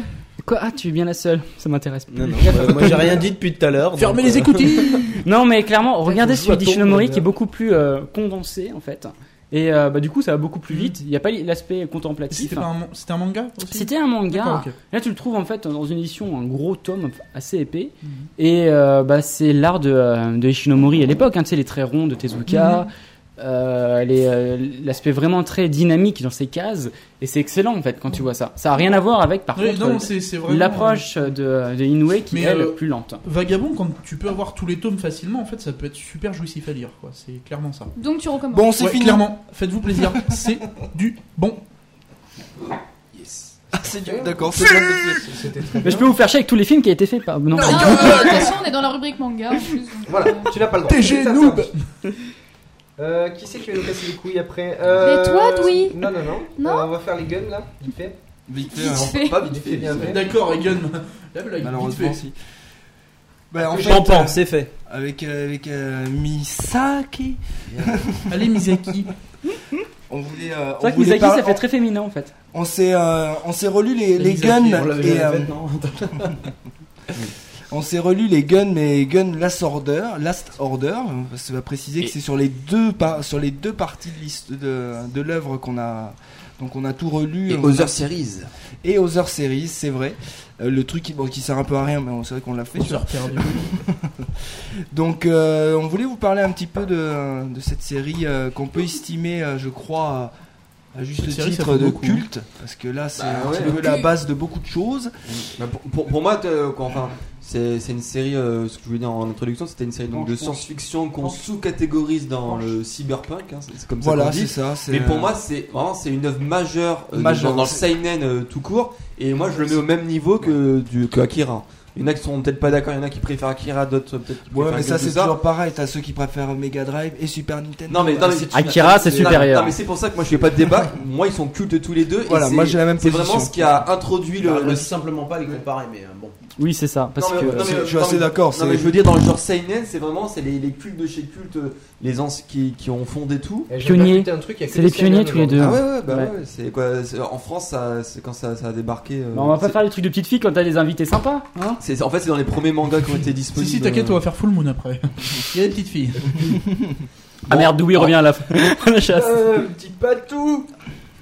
C: Quoi Ah, tu es bien la seule. Ça m'intéresse.
H: Non, non, euh, moi j'ai rien dit depuis tout à l'heure.
E: Fermez
H: donc,
E: les
H: euh,
E: écoutilles
C: Non, mais clairement, regardez
A: faut jouer
C: celui
A: à ton
C: d'Ishinomori
A: bonheur.
C: qui est beaucoup plus euh, condensé en fait. Et euh, bah, du coup, ça va beaucoup plus vite. Il n'y a pas l'aspect contemplatif.
E: <laughs> Mm. C'était pas un man- c'était un manga aussi
C: C'était un manga.
E: D'accord, ok.
C: Là, tu le trouves en fait dans une édition, un gros tome assez épais.
E: Mhm.
C: Et euh, bah, c'est l'art de, euh, de Ishinomori à l'époque. hein, tu sais, les traits ronds de Tezuka,
E: Mm.
C: euh, les, euh, l'aspect vraiment très dynamique dans ses cases. Et c'est excellent en fait quand tu vois ça. Ça a rien à voir avec par
E: Oui,
C: contre euh,
E: non, c'est c'est vraiment.
C: l'approche de, de Inoue qui
E: Mais,
C: est
E: euh,
C: plus
E: <laughs>
C: lente.
E: Vagabond, quand tu peux avoir tous les tomes facilement, en fait, ça peut être super jouissif à lire, quoi. C'est clairement ça.
D: Donc, tu recommandes.
G: Bon, c'est
E: Ouais,
G: fini.
E: clairement, faites-vous <laughs> plaisir. C'est du bon.
G: Ah, c'est dur. D'accord, c'est bien. monsieur.
A: C'était très
C: Mais je peux vous faire chier avec tous les films qui a été fait par. Non,
D: Non,
C: pardon.
D: non, de toute façon, on est dans la rubrique manga en plus. donc,
A: Voilà,
D: euh,
A: tu n'as pas le droit.
E: TG
A: Ça, ça
E: noob.
A: marche. Euh, qui c'est qui va nous casser les couilles après euh...
D: Mais toi, Douy.
A: Non, non, non.
D: Non
A: Euh, on va faire les guns là, vite fait.
G: Vite fait,
D: Vite
G: alors.
D: fait.
G: Pas vite fait.
A: Bien fait.
E: D'accord, Egan. La blague,
G: Malheureusement,
E: vite fait.
G: si. Bah, en fait,
H: J'en pense,
G: euh,
H: c'est fait.
G: avec, euh, avec euh, Misaki,
E: Allez, Misaki.
G: on voulait. euh,
C: C'est
G: on
C: vrai que
G: voulait
C: Misaki,
G: par-
C: ça fait très féminin en fait.
G: On s'est euh, on s'est relu les, les
E: Misaki,
G: guns
H: On l'avait
G: et
H: jamais
G: euh,
H: fait, non
G: on s'est relu les guns mais guns last order last order parce que ça va préciser que c'est sur les deux par- sur les deux parties de l'hist- de, de l'œuvre qu'on a donc on a tout relu
B: Et
G: on a-
B: Other Series.
G: et Other Series c'est vrai Euh, le truc qui, bon, qui sert un peu à rien mais on- c'est vrai qu'on l'a fait
E: On se repère bien.
G: donc euh, on voulait vous parler un petit peu de, de cette série euh, qu'on peut estimer euh, je crois à juste
E: Cette série, ça
G: titre
E: fait
G: de
E: beaucoup.
G: culte parce que là c'est un
B: ouais.
G: petit peu la base de beaucoup de choses
B: Bah, pour, pour- pour moi, t'es- quoi, enfin, c'est c'est une série, euh, ce que je voulais dire en introduction, c'était une série donc, de science-fiction qu'on sous-catégorise dans le cyberpunk, hein, c'est c'est comme ça qu'on
G: voilà c'est
B: dit.
G: ça c'est euh,
B: Mais pour moi, c'est vraiment c'est une œuvre majeure, euh,
G: Majeure,
B: dans, dans le
G: c'est-
B: seinen euh, tout court, et moi je le mets au même niveau que du que Akira. Il y en a qui sont peut-être pas d'accord, il y en a qui préfèrent Akira, d'autres euh, peut-être. qui
G: Ouais,
B: préfèrent
G: mais ça
B: Gun, tout
G: c'est toujours pareil. T'as ceux qui préfèrent Mega Drive et Super Nintendo.
B: Non mais, non, mais-
C: Akira, c'est
B: non,
C: supérieur.
B: Non mais c'est pour ça que moi je fais pas de
G: <laughs>
B: débat. moi ils sont cultes tous les deux. et
G: Voilà,
B: c'est-
G: moi, j'ai la même
B: C'est vraiment
G: position.
B: ce qui a introduit
H: Il
B: le,
H: ne
B: le
H: dit simplement pas les comparer, mais euh, bon.
C: Oui, c'est ça. Parce
B: Non, mais-
C: que.
B: non, mais-
G: je suis
B: non,
G: assez
B: mais-
G: d'accord.
B: Non
G: c'est-
B: mais je veux dire dans le genre seinen, c'est vraiment c'est les, les cultes de chez cultes, euh, les ans qui, qui ont fondé tout.
A: Eh, j'ai
C: Pionniers.
A: rajouté un truc, il y a que
C: C'est les
A: des
C: pionniers
A: Skylanders
C: tous les deux.
B: Ah ouais ouais bah ouais,
C: Ouais.
B: c'est quoi c'est- en France ça c'est quand ça, ça a débarqué. euh,
C: Bah, on va pas
B: c'est-
C: faire les trucs de petites filles quand t'as des invités sympas. Hein
B: c'est- en fait c'est dans les premiers mangas qui ont été
E: Si,
B: disponibles.
E: si, t'inquiète, on va faire full moon après. Il y a des petites filles.
C: ah merde, Douy revient à la, à la chasse.
A: Euh, dis pas tout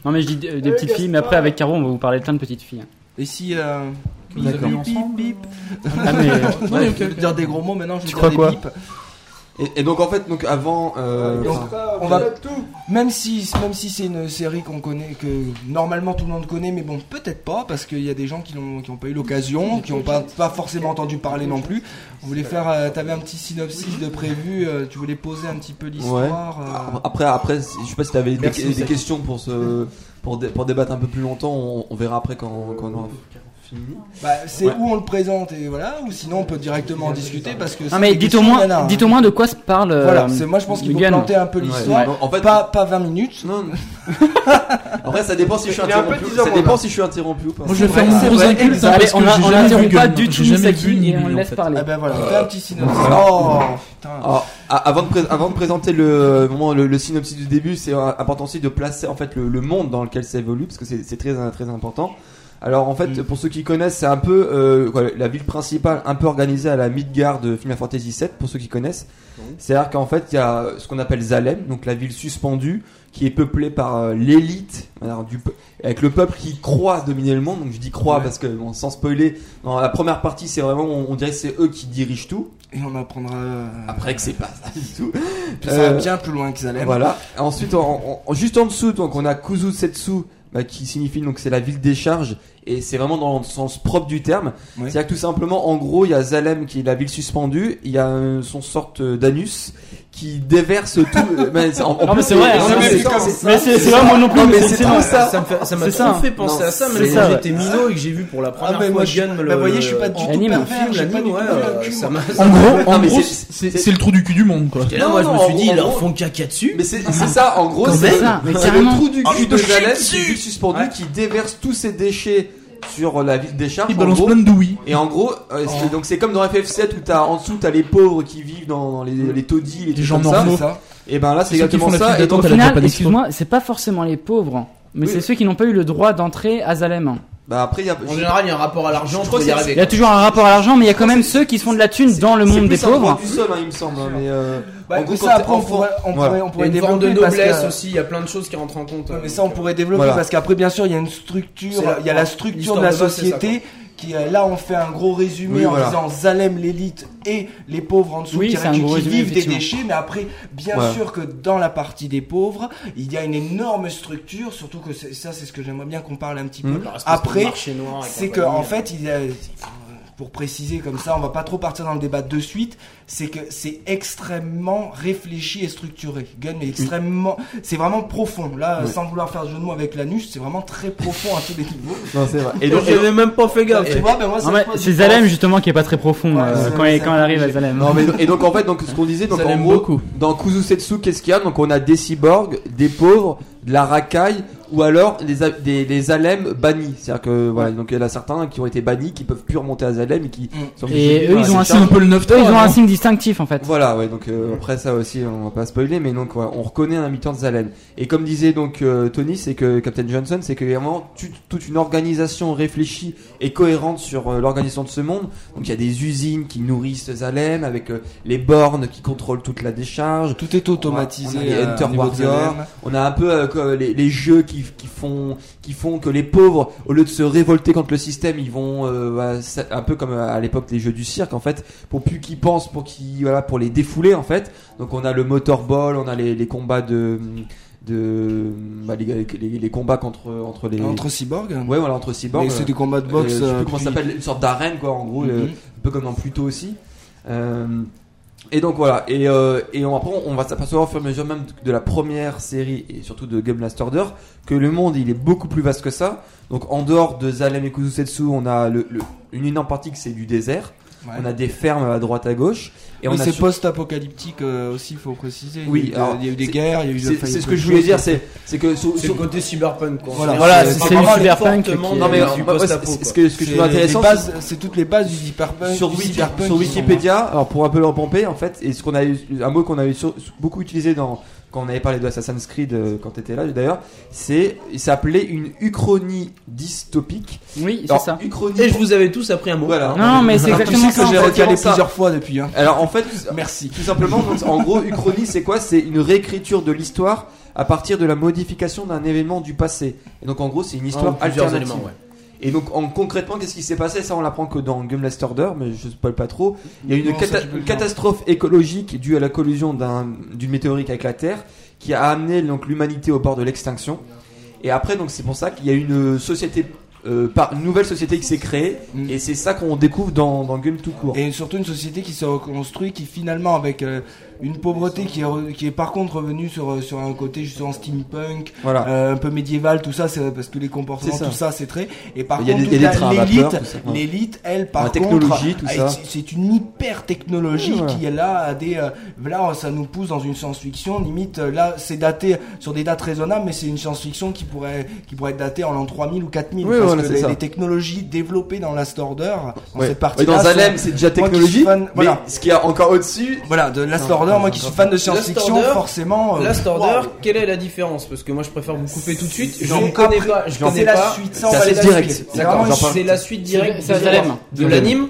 C: Non mais je dis euh, des
A: Euh,
C: petites filles, mais
A: Gaspard.
C: après avec Caro on va vous parler de plein de petites filles.
G: Et si euh,
E: Que vous avez
B: D'accord.
E: eu ensemble.
G: Bip,
E: euh,
C: Ah mais
E: Non, mais
G: ouais,
E: ok,
G: je veux
E: ok.
G: dire des gros mots maintenant, je veux
C: Tu
G: dire
C: crois
G: des
C: quoi
G: bips.
B: Et, et donc en fait, donc avant, euh,
G: Et donc,
B: enfin,
G: on va même si même si c'est une série qu'on connaît que normalement tout le monde connaît mais bon peut-être pas parce qu'il y a des gens qui n'ont qui ont pas eu l'occasion qui n'ont pas pas forcément entendu parler non plus on voulait faire euh, t'avais un petit synopsis de prévu euh, tu voulais poser un petit peu l'histoire euh,
B: après, après, je sais pas si t'avais des,
H: Merci,
B: des
H: Zach.
B: questions pour ce, pour, dé- pour débattre un peu plus longtemps. On, on verra après quand, quand on aura fini.
G: bah, c'est
B: Ouais.
G: où on le présente et voilà ou sinon on peut directement en discuter parce que c'est
C: Non mais
G: des
C: dites
G: questions
C: au moins,
G: nanas, hein.
C: dites au moins de quoi se parle. euh,
G: voilà c'est moi je pense qu'il faut
C: Gun.
G: planter un peu
B: Ouais.
G: l'histoire
B: Donc, en fait,
G: pas pas 20 minutes
B: Non. <laughs> non. Après, ça dépend si je suis
A: Il est un peu
B: interrompu.
A: dix heures
B: Ça
A: moins,
B: dépend
A: là.
B: si je suis interrompu ou pas.
E: Moi je vais faire
C: Ouais,
E: mon
C: c'est
E: gros
C: vrai,
E: inculte, hein,
C: Allez,
E: parce que
C: on a-
E: j'ai
C: on
E: jamais
C: n'interrompt
E: vu
C: pas
E: Gun,
C: du tout
E: j'ai jamais vu
C: Misaki
E: ni
C: et on
E: lu,
C: le
E: en
C: laisse
E: fait.
C: parler.
G: ah ben voilà fais un petit synopsis oh putain
B: Alors, a- avant, de pré- avant de présenter le, vraiment le, le synopsis du début, c'est euh, important aussi de placer en fait le, le monde dans lequel ça évolue parce que c'est c'est très euh, très important. Alors en fait, pour ceux qui connaissent, c'est un peu euh, quoi, la ville principale, un peu organisée à la Midgard de Final Fantasy VII. Pour ceux qui connaissent, c'est-à-dire qu'en fait, il y a ce qu'on appelle Zalem, donc la ville suspendue, qui est peuplée par euh, l'élite, alors, du peu- avec le peuple qui croit dominer le monde. Donc je dis croit parce que bon, sans spoiler, dans la première partie, c'est vraiment on, on dirait que c'est eux qui dirigent tout.
G: et on apprendra euh,
B: Après que c'est pas <laughs> ça du tout.
G: que ça va
B: Euh,
G: bien plus loin que ça l'aime
B: Voilà. Ensuite, en- en- en- juste en dessous, donc on a Kuzusetsu, bah, qui signifie donc c'est la ville des charges, et c'est vraiment dans le sens propre du terme.
G: Ouais.
B: C'est-à-dire que tout simplement, en gros, il y a Zalem qui est la ville suspendue, il y a euh, son sorte euh, d'anus qui déverse tout. euh, mais c'est- en-
C: Non,
B: en
C: mais
B: plus,
C: c'est vrai, hein,
B: non, mais
C: c'est-
B: c'est- c'est-
C: Mais c'est c'est vrai moi non plus.
B: Non, mais
C: mais
B: c'est
C: c'est
B: trop
C: vrai.
B: ça.
H: Ça me fait- ça m'a
C: C'est ça.
H: trop fait penser
B: Non,
H: à ça,
C: c'est
H: même
C: ça,
H: quand j'étais minot et que j'ai vu pour la première
G: mais
H: fois
G: moi, je-
H: Gun le.
G: bah, voyez, je suis pas du tout
C: Anime.
G: pervers, j'ai pas
H: l'anime,
G: du tout
H: ouais,
G: vu le
H: euh,
G: cul,
H: ça
G: moi.
H: m'a.
E: En gros,
B: Non,
E: en
B: mais
E: gros,
B: c'est-
E: c'est
B: c'est-
E: c'est le trou du cul du monde quoi.
H: Et là,
B: Non,
H: moi, je
B: non,
H: me
B: en
H: suis dit,
B: gros-
H: ils
B: en
H: leur
B: gros-
H: font caca dessus.
B: Mais c'est c'est ça, en gros,
H: Quand
B: c'est
H: même.
C: Ça, mais
B: c'est le
C: carrément.
B: trou du
E: Ah,
B: cul
E: je
B: de
E: te chie
B: Zalem,
E: dessus.
B: c'est une ville suspendue qui déverse tous ses déchets sur la ville des charges.
E: Ils
B: en
E: balancent
B: gros.
E: plein de douilles.
B: Et en gros, euh, c'est- donc c'est comme dans FF7 où t'as en dessous t'as les pauvres qui vivent dans, dans les, les taudis, les
E: Les
B: trucs
E: gens
B: comme ça.
E: normaux.
G: ça.
B: Et ben là c'est
E: C'est ceux qui
B: exactement
E: font la
B: ça.
E: file
B: Et
E: d'attente
B: donc,
C: Au
E: T'as la
C: final,
E: Japanese
C: excuse-moi, c'est pas forcément les pauvres, mais
B: Oui.
C: c'est ceux qui n'ont pas eu le droit d'entrer à Zalem.
B: bah après il y a
H: En général, il y a un rapport à l'argent
B: Je crois
H: pour
B: que
H: y
B: c'est-
H: arriver.
C: Il y a toujours un rapport à l'argent, mais il y a quand même ceux qui se font de la thune
B: c'est-
C: dans le
B: c'est
C: monde des
B: plus un droit
C: pauvres.
B: du sol, hein, il me semble. hein, Mais euh,
G: Bah,
B: en gros,
G: ça,
B: quand
G: après,
B: t'es
G: on pourrait, on
B: voilà.
G: pourrait, on
H: Il y a
G: pourrait
H: une forme de
G: développer parce
H: noblesse
G: que-
H: aussi, il y a plein de choses qui rentrent en compte.
G: Ouais,
H: euh,
G: mais ça, on
H: donc,
G: pourrait développer
B: Voilà.
G: parce qu'après, bien sûr, il y a une structure,
H: C'est la-
G: il y a la structure de la
H: l'histoire de base, c'est ça,
G: société qui, euh, là, on fait un gros résumé
B: Oui,
G: en
B: voilà.
G: disant Zalem, l'élite et les pauvres en dessous
C: Oui,
G: qui,
C: c'est un
G: qui-
C: gros
G: qui
C: résumé,
G: vivent des
C: effectivement.
G: déchets. Mais après, bien
B: Ouais.
G: sûr que dans la partie des pauvres, il y a une énorme structure, surtout que c'est- ça, c'est ce que j'aimerais bien qu'on parle un petit peu.
C: Hmm.
B: Mhm.
H: la responsabilité
G: Après,
H: du marché noir et
G: c'est que
H: compagnie,
G: en
H: euh,
G: fait il y a- pour préciser comme ça on va pas trop partir dans le débat de suite c'est que c'est extrêmement réfléchi et structuré Gun est extrêmement c'est vraiment profond là
B: Oui.
G: sans vouloir faire jeu de mots avec l'anus c'est vraiment très profond à tous les
C: <laughs>
G: niveaux
B: non c'est vrai. Et donc, et donc-
H: J'avais même pas fait gaffe.
G: tu vois ben moi ça,
C: Non, mais
G: je pense-
C: C'est Zalem justement qui est pas très profond
G: Ouais,
C: euh,
G: c'est-
C: quand elle
G: c'est-
C: quand elle arrive à Zalem.
B: non, mais- et donc en fait donc ce qu'on disait donc
E: Ça
B: en
E: l'aime
B: gros
E: beaucoup.
B: dans Kuzusetsu qu'est-ce qu'il y a donc on a des cyborgs, des pauvres, de la racaille ou alors des a- des, des Zalem bannis. C'est-à-dire que voilà donc il y en a certains qui ont été bannis qui peuvent plus remonter à Zalem et qui sont obligés
C: Et
B: de-
C: eux
B: voilà,
C: ils ont un
E: C'est un
C: signe,
E: peu le
C: eux,
E: 9-3.
C: ils ont un
E: non
C: signe distinctif en fait.
B: Voilà, ouais, donc euh, après ça aussi, on va pas spoiler, mais donc ouais, on reconnaît un habitant de Zalem. Et comme disait donc euh, Tony, c'est que Captain Johnson, c'est que vraiment tu- toute une organisation réfléchie et cohérente sur euh, l'organisation de ce monde. Donc il y a des usines qui nourrissent Zalem avec euh, les bornes qui contrôlent toute la décharge.
G: tout est automatisé
B: On a les
G: euh,
B: Enter
G: au niveau de
B: Warrior.
G: Zalem.
B: On a un peu euh, comme les, les jeux qui, qui font qui font que les pauvres, au lieu de se révolter contre le système, ils vont euh, voilà, ça- un peu comme euh, à l'époque les jeux du cirque en fait, pour plus qu'ils pensent, pour qu'ils voilà, pour les défouler en fait. Donc on a le motorball, on a les, les combats de de bah, les, les- les combats contre entre les
G: entre cyborg
B: ouais voilà entre cyborgs.
G: mais c'est des combats de
B: Euh, je
G: boxe
B: sais plus
G: euh,
B: comment
G: puis-
B: ça s'appelle, une sorte d'arène quoi, en gros,
G: Mhm.
B: euh, un peu comme dans Pluto aussi. Euh, et donc voilà, et, euh, et on, après on va s'apercevoir au fur et à mesure même de la première série et surtout de Game Last Order que le monde il est beaucoup plus vaste que ça. Donc en dehors de Zalem et Kuzusetsu, on a le, le- une énorme partie que c'est du désert,
G: Ouais.
B: on a des fermes à droite à gauche, et
G: Oui,
B: on a
G: c'est
B: sur-
G: post-apocalyptique euh, aussi faut préciser
B: Oui,
G: il y a eu,
B: alors,
G: il y a eu des
B: c'est-
G: guerres il y a eu
B: c'est
G: enfin,
B: c'est
G: plein
B: ce que
G: de
B: je voulais
G: choses.
B: dire, c'est c'est que sur-
H: C'est
B: sur-
H: le côté cyberpunk quoi.
G: Voilà.
C: Voilà, c'est-
H: vraiment
C: c'est le
H: les
C: cyberpunk
H: fortement
C: qui est-
B: non mais
H: du
B: alors, moi,
H: post-apo,
B: c'est-
H: quoi.
B: ce que ce que je
G: C'est
B: trouve
G: les
B: intéressant
G: bases- c'est toutes les bases du cyberpunk
B: sur,
G: du
B: Wiki-
G: cyberpunk
B: sur
G: qui sont-
B: Wikipédia, alors pour un peu le repomper en fait, et ce qu'on a eu, un mot qu'on a eu sur- beaucoup utilisé dans quand on avait parlé de Assassin's Creed euh, quand t'étais là d'ailleurs, c'est il s'appelait une uchronie dystopique.
C: Oui, c'est
B: Alors,
C: ça.
B: uchronie-
H: Et je vous avais tous appris un mot.
B: Voilà.
C: Non, mais c'est
G: Tu sais
C: exactement
G: que
C: ça.
G: j'ai
B: en fait.
G: recalé
B: Ça.
G: plusieurs fois depuis. Hein.
B: Alors en fait,
G: Merci.
B: tout simplement, donc, en gros, uchronie, c'est quoi C'est une réécriture de l'histoire à partir de la modification d'un événement du passé. Et donc en gros, c'est une histoire
H: Plusieurs
G: Ah,
B: alternative.
H: éléments, ouais.
B: Et donc, en, concrètement, qu'est-ce qui s'est passé Ça, on l'apprend que dans Game Last Order, mais je spoil pas trop. Il y a eu une,
G: Non, ça,
B: cata-
G: tu peux le
B: une catastrophe écologique due à la collusion d'un- d'une météorite avec la Terre qui a amené donc l'humanité au bord de l'extinction. Et après, donc, c'est pour ça qu'il y a une société, euh, par, une nouvelle société qui s'est créée.
G: Mm.
B: Et c'est ça qu'on découvre dans, dans Game tout court.
G: Et surtout une société qui se reconstruit, qui finalement avec euh, une pauvreté qui est, re- qui est par contre revenue sur, euh, sur un côté justement steampunk,
B: voilà.
G: euh, un peu médiéval, tout ça, c'est parce que les comportements,
B: Ah. C'est ça.
G: tout ça, c'est très. Et par
B: Il y a
G: contre,
B: des- il y a des
G: toute la-
B: trains à
G: l'élite,
B: vapeur, tout ça, ouais.
G: l'élite, elle, par
B: La
G: contre,
B: technologie, tout
G: elle-
B: ça.
G: c'est- c'est une hyper technologie
B: Ouais, voilà.
G: qui est là à des. euh, là, ça nous pousse dans une science-fiction limite. euh, Là, c'est daté sur des dates raisonnables, mais c'est une science-fiction qui pourrait qui pourrait être datée en l'an 3000 ou 4000
B: Oui,
G: parce
B: voilà,
G: que
B: c'est
G: les,
B: ça.
G: les technologies développées dans Last Order, dans
B: Ouais.
G: cette
B: Ouais,
G: partie,
B: dans Zalem, c'est déjà
G: qui suis
B: technologie.
G: fan-
B: mais
G: voilà.
B: ce qu'il y a encore au-dessus,
G: Voilà, de Last
B: Non,
G: Order,
B: non,
G: moi
B: non,
G: qui
B: non.
G: suis fan de
H: Last
G: science-fiction,
H: Order,
G: forcément. euh,
H: Last Order,
G: waouh.
H: quelle est la différence Parce que moi je préfère vous couper tout de suite. Je
G: J'en
H: ne connais
G: après-
H: pas. Je
G: C'est
H: connais
G: la
H: pas.
G: suite, ça on
B: Ça,
G: va
B: c'est
G: les
B: direct.
G: expliquer.
B: D'accord,
G: vraiment
B: j'en
G: une-
B: parle.
H: C'est la suite directe
C: C'est- c'est
H: du-
C: Zalem.
H: de l'anime.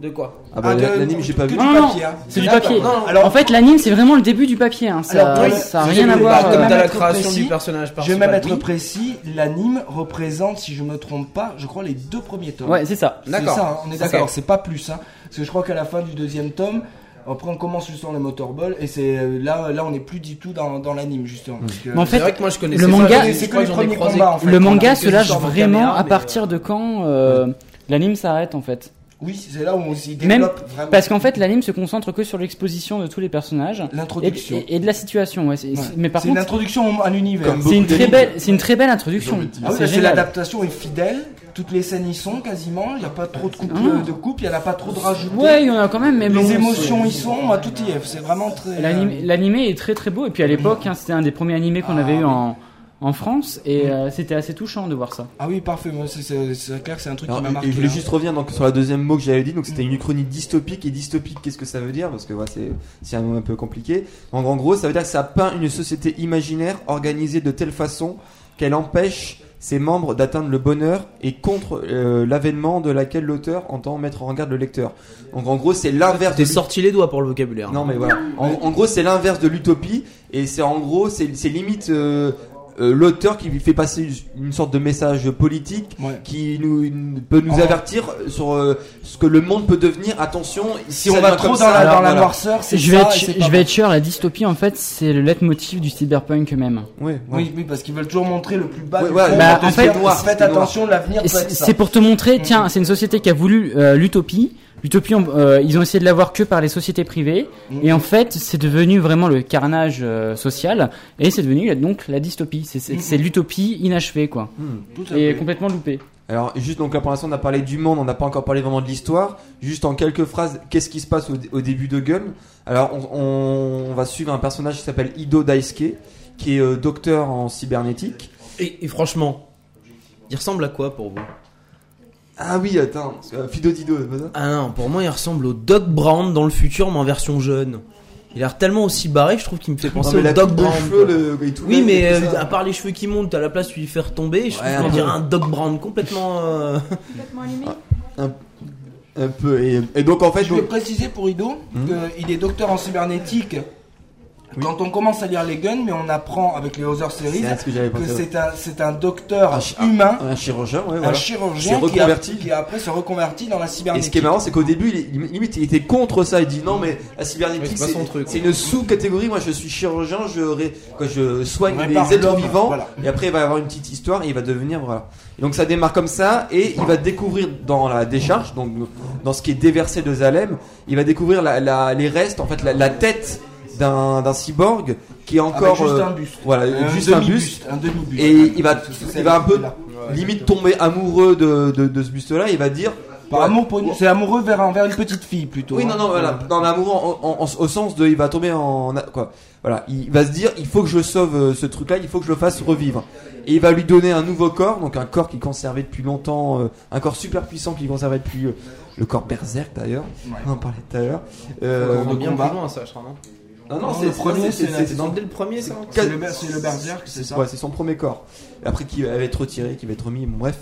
H: De quoi
B: Ah bah,
G: Ah, de-
B: l'anime, j'ai pas
G: que
B: vu.
G: du
C: Non, non.
G: papier, hein.
C: C'est du papier.
H: Non, non,
G: Alors-
C: en fait, l'anime, c'est vraiment le début du papier. hein. Ça n'a
G: Alors, oui,
C: rien à
G: je-
C: voir.
G: bah,
H: comme
G: euh,
H: t'as la
G: mettre
H: création
G: précis,
H: du personnage
G: Je vais même
H: principal,
G: être
H: oui.
G: précis, l'anime représente, si je me trompe pas, je crois les deux premiers tomes.
C: Ouais, c'est ça.
G: C'est
H: D'accord.
G: ça, hein, on est d'accord,
H: Ok.
G: c'est pas plus. Hein, parce que je crois qu'à la fin du deuxième tome, après on commence justement les motorballs, et c'est euh, là, là on n'est plus du tout dans, dans l'anime justement.
B: Hmm.
G: parce que-
C: Mais en
H: C'est
C: fait,
H: vrai que moi je connais
C: le manga-
G: c'est que les premiers combats en fait.
C: le
G: On a
C: manga
G: quelques
C: se lâche
G: histoires de
C: vraiment
G: caméra,
C: à
G: mais,
C: partir de quand euh, l'anime s'arrête en fait.
G: euh, Oui, c'est là où on s'y
C: Même-
G: développe vraiment.
C: Parce qu'en fait, l'anime se concentre que sur l'exposition de tous les personnages et,
G: L'introduction.
C: et- et de la situation. ouais, c'est-
G: Ouais.
C: c'est- Mais par
G: C'est une
C: contre,
G: introduction à l'univers.
B: Comme
C: c'est une
B: beaucoup
C: très
B: d'animes.
C: belle, c'est une très belle introduction.
G: Ah oui,
C: C'est
G: parce que
C: génial.
G: l'adaptation est fidèle, toutes les scènes y sont quasiment, il n'y a pas trop de coupes,
C: Ah.
G: de coupe, il n'y en a pas trop de rajouts.
C: Ouais, il y en a quand même, mais
G: les
C: bon,
G: émotions y sont, moi, tout y est, c'est vraiment très... euh,
C: L'anime- L'animé est très très beau et puis à l'époque hein, c'était un des premiers animés qu'on
G: Ah,
C: avait eu
G: oui.
C: en, en France et euh, c'était assez touchant de voir ça.
G: Ah oui, parfait, moi, c'est- c'est c'est clair que c'est un truc
B: Alors,
G: qui m'a marqué.
B: je voulais
G: hein.
B: juste revenir donc, sur la deuxième mot que j'avais dit, donc c'était une uchronie dystopique. Et dystopique, qu'est-ce que ça veut dire Parce que ouais, c'est- c'est un mot un peu compliqué. Donc, en gros, ça veut dire que ça peint une société imaginaire organisée de telle façon qu'elle empêche ses membres d'atteindre le bonheur et contre euh, l'avènement de laquelle l'auteur entend mettre en garde le lecteur. Donc en gros, c'est l'inverse
H: T'es
B: de
H: sorti les doigts pour le vocabulaire.
B: Non mais voilà. En, en gros, c'est l'inverse de l'utopie et c'est en gros, c'est c'est limite euh, euh, l'auteur qui lui fait passer une sorte de message politique
G: Ouais.
B: qui nous une- peut nous
G: En-
B: avertir sur euh, ce que le monde peut devenir. Attention,
G: Si on va trop dans, la, dans la noirceur, c'est
C: Je
G: ça,
C: vais,
G: et
C: être,
G: c'est
C: je
G: pas
C: vais être sûr, la dystopie en fait c'est le leitmotiv du cyberpunk même.
B: Ouais,
G: bon. Oui, oui, parce qu'ils veulent toujours montrer le plus bas
B: Ouais,
G: du
B: ouais,
G: fond,
C: bah,
G: de
C: en
G: ce
C: fait-
G: qu'il y a.
B: noir,
G: faites
B: c'est noir.
G: attention, l'avenir peut
C: C'est
G: être ça. Mm-hmm.
C: c'est pour te montrer, tiens, c'est une société qui a voulu euh, l'utopie. L'utopie, on- euh, ils ont essayé de l'avoir que par les sociétés privées.
G: Mm-hmm.
C: Et en fait, c'est devenu vraiment le carnage euh, social. Et c'est devenu euh, donc la dystopie. C'est- C'est c'est l'utopie inachevée, quoi.
G: Mm-hmm. Tout à
C: Et
G: fait.
C: complètement loupée.
B: Alors juste donc là pour l'instant on a parlé du monde, on n'a pas encore parlé vraiment de l'histoire. Juste en quelques phrases, qu'est-ce qui se passe au, au début de Gun Alors on, on- on va suivre un personnage qui s'appelle Ido Daisuke, qui est euh, docteur en cybernétique.
H: Et, et franchement, il ressemble à quoi pour vous
B: Ah oui, attends, euh, Fido Dido, c'est pas ça
H: Ah non, pour moi il ressemble au Doc Brown dans le futur mais en version jeune. Il a l'air tellement aussi barré, je trouve qu'il me fait
B: Non,
H: penser
B: mais
H: au
B: la
H: Doc
B: coupe de
H: Brown.
B: cheveux,
H: quoi.
B: le- et tout
H: Oui,
B: là,
H: <laughs> mais
B: tout
H: euh,
B: ça.
H: à part les cheveux qui montent, à la place tu lui fais retomber, je
B: Ouais,
H: trouve qu'on
B: un
H: dirait
B: peu.
H: un Doc Brown complètement. euh,
D: Complètement allumé.
B: Ah. un peu. Et, et donc en fait,
G: Je vais
B: donc-
G: préciser pour Ido
B: Hmm.
G: qu'il est docteur en cybernétique. Quand on commence à lire les guns, mais on apprend avec les other series
B: C'est ce que j'avais
G: que
B: pensé,
G: c'est un, c'est un docteur
B: Un chi-
G: humain,
B: un chirurgien, ouais,
G: un
B: voilà.
G: chirurgien
B: C'est
G: qui, a-
B: reconverti.
G: qui a après se reconvertit dans la
B: Et
G: cybernétique.
B: ce qui est marrant, c'est qu'au début, il, il- limite, il était contre ça. Il dit non, mais la cybernétique,
H: Oui, c'est pas son truc.
B: c'est une sous-catégorie. Moi, je suis chirurgien, je, ré- quoi, je soigne
G: On répare
B: les êtres
G: l'homme,
B: vivants.
G: voilà.
B: Et après, il va y avoir une petite histoire et il va devenir voilà. Et donc, ça démarre comme ça et il va découvrir dans la décharge, donc dans ce qui est déversé de Zalem, il va découvrir la- la- les restes, en fait, la, la tête d'un d'un cyborg qui est encore
G: Avec Ah, juste
B: euh,
G: un buste.
B: voilà, juste un buste.
G: demi-buste, un demi-buste.
B: Et il va,
G: C'est- c'est- c'est
B: il va un peu
G: là.
B: limite tomber amoureux de, de, de ce buste-là. Il va dire.
G: Par
B: Ouais.
G: amour pour une- c'est amoureux vers, un- vers une petite fille plutôt.
B: Oui,
G: hein.
B: non, non, voilà. Dans l'amour, en- en- en- au sens de, il va tomber en, quoi. Voilà. Il va se dire, il faut que je sauve euh, ce truc-là, il faut que je le fasse revivre. Et il va lui donner un nouveau corps, donc un corps qu'il conservait depuis longtemps, euh, un corps super puissant qu'il conservait depuis euh, le corps berserk d'ailleurs. On en parlait tout à l'heure. Euh,
H: on
G: le
H: va bien
G: combat.
H: plus loin, ça, je crois, non
B: non,
G: Non,
B: non,
G: le
B: c'est
G: premier,
B: c'est-
G: c'est
B: c'est-
G: la-
B: c'est
H: C'est
B: dans
H: dans dès le premier, ça non
G: C'est le, ber- c'est le berserk, c'est ça.
B: Ouais, c'est son premier corps. Après, qui va être retiré, qui va être remis, bon, bref.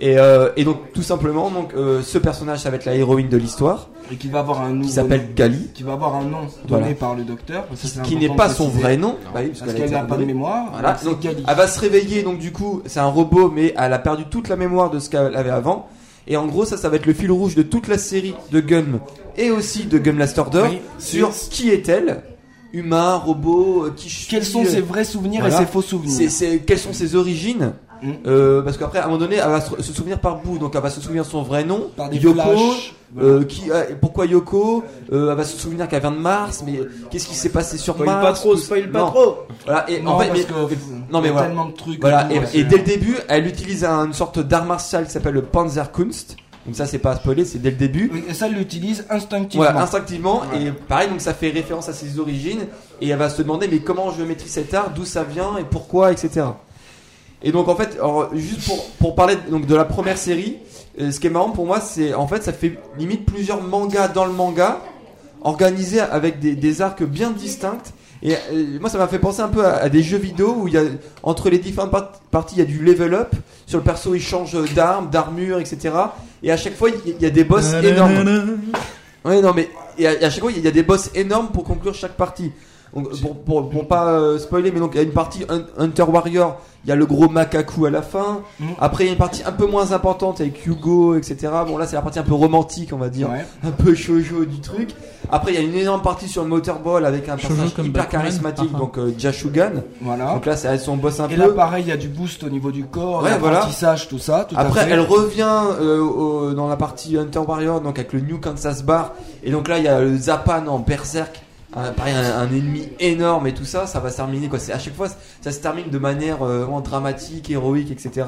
B: Et, euh, et donc, tout simplement, donc, euh, ce personnage, ça va être la héroïne de l'histoire.
G: et qui va avoir un nouveau
B: qui s'appelle Kali,
G: qui va avoir un nom donné
B: Voilà.
G: par le docteur parce que c'est
B: qui
G: important
B: n'est
G: de
B: pas son
G: préciser,
B: vrai nom.
H: Non.
B: Bah oui, parce
G: parce
B: qu'elle a
G: qu'elle
B: été
G: n'a pas de
B: abandonnée.
G: mémoire
B: Voilà,
G: donc c'est
B: donc, ah,
G: Kali.
B: Elle va se réveiller, donc du coup, c'est un robot, mais elle a perdu toute la mémoire de ce qu'elle avait avant. Et en gros, ça, ça va être le fil rouge de toute la série de Gun et aussi de Gun Last Order
G: Oui.
B: sur qui est-elle Humain, robot, euh, qui je suis,
G: quels sont
B: euh,
G: ses vrais souvenirs
B: Voilà.
G: et ses faux
B: c'est-
G: souvenirs
B: c'est- quelles sont ses origines
G: Mm.
B: Euh, Parce qu'après, à un moment donné, elle va se se souvenir par bout, donc elle va se souvenir de son vrai nom,
G: par des
B: Yoko,
G: flashs voilà.
B: euh, qui, euh, pourquoi Yoko Euh, Elle va se souvenir qu'elle vient de Mars, mais qu'est-ce qui s'est passé sur
H: Spoil
B: Mars
H: pas trop,
B: tout-
H: spoil pas
B: Non.
H: trop.
B: Voilà, et
G: non,
B: en fait,
G: parce
B: mais-
G: que,
B: non, mais
G: il y a
B: voilà.
G: tellement de trucs
B: Voilà,
G: nous,
B: et,
G: ouais,
B: et
G: c'est-
B: dès le début, elle utilise un- une sorte d'art martial qui s'appelle le Panzerkunst. Donc ça, c'est pas à spoiler, c'est dès le début.
G: Oui, et ça elle l'utilise instinctivement
B: Voilà, instinctivement.
G: Ouais.
B: Et pareil, donc ça fait référence à ses origines. Et elle va se demander, mais comment je maîtrise cet art, d'où ça vient et pourquoi, etc. Et donc en fait, alors, juste pour, pour parler donc, de la première série, euh, ce qui est marrant pour moi, c'est en fait, ça fait limite plusieurs mangas dans le manga, organisés avec des, des arcs bien distincts. Et euh, moi, ça m'a fait penser un peu à, à des jeux vidéo où il y a, entre les différentes part- parties, il y a du level up. Sur le perso, il change d'armes, d'armure, etc. Et à chaque fois, il y- il y a des boss énormes. Ouais, non, mais et à, et à chaque fois, il y a des boss énormes pour conclure chaque partie. Donc, pour, pour, pour pas euh, spoiler, mais donc il y a une partie Hun- Hunter Warrior, il y a le gros macaco à la fin.
G: Mhm.
B: Après, il y a une partie un peu moins importante avec Hugo, etc. Bon, là, c'est la partie un peu romantique, on va dire,
G: Ouais.
B: un peu shoujo du truc. Après, il y a une énorme partie sur le motorball avec un
E: Shoujo
B: personnage
E: comme
B: hyper
E: Batman.
B: charismatique,
E: Ah, ah.
B: donc euh, Jashugan.
G: voilà
B: Donc là, c'est son boss un
G: Ah. Et
B: peu.
G: là, pareil, il y a du boost au niveau du corps,
B: Ouais, voilà.
G: l'apprentissage, tout ça. Tout à
B: Après,
G: fait.
B: elle revient euh, au- dans la partie Hunter Warrior, donc avec le New Kansas Bar. Et donc là, il y a le Zapan en Berserk. Un, pareil, un, un ennemi énorme et tout ça, ça va se terminer quoi. C'est à chaque fois, ça se termine de manière euh, vraiment dramatique, héroïque, etc.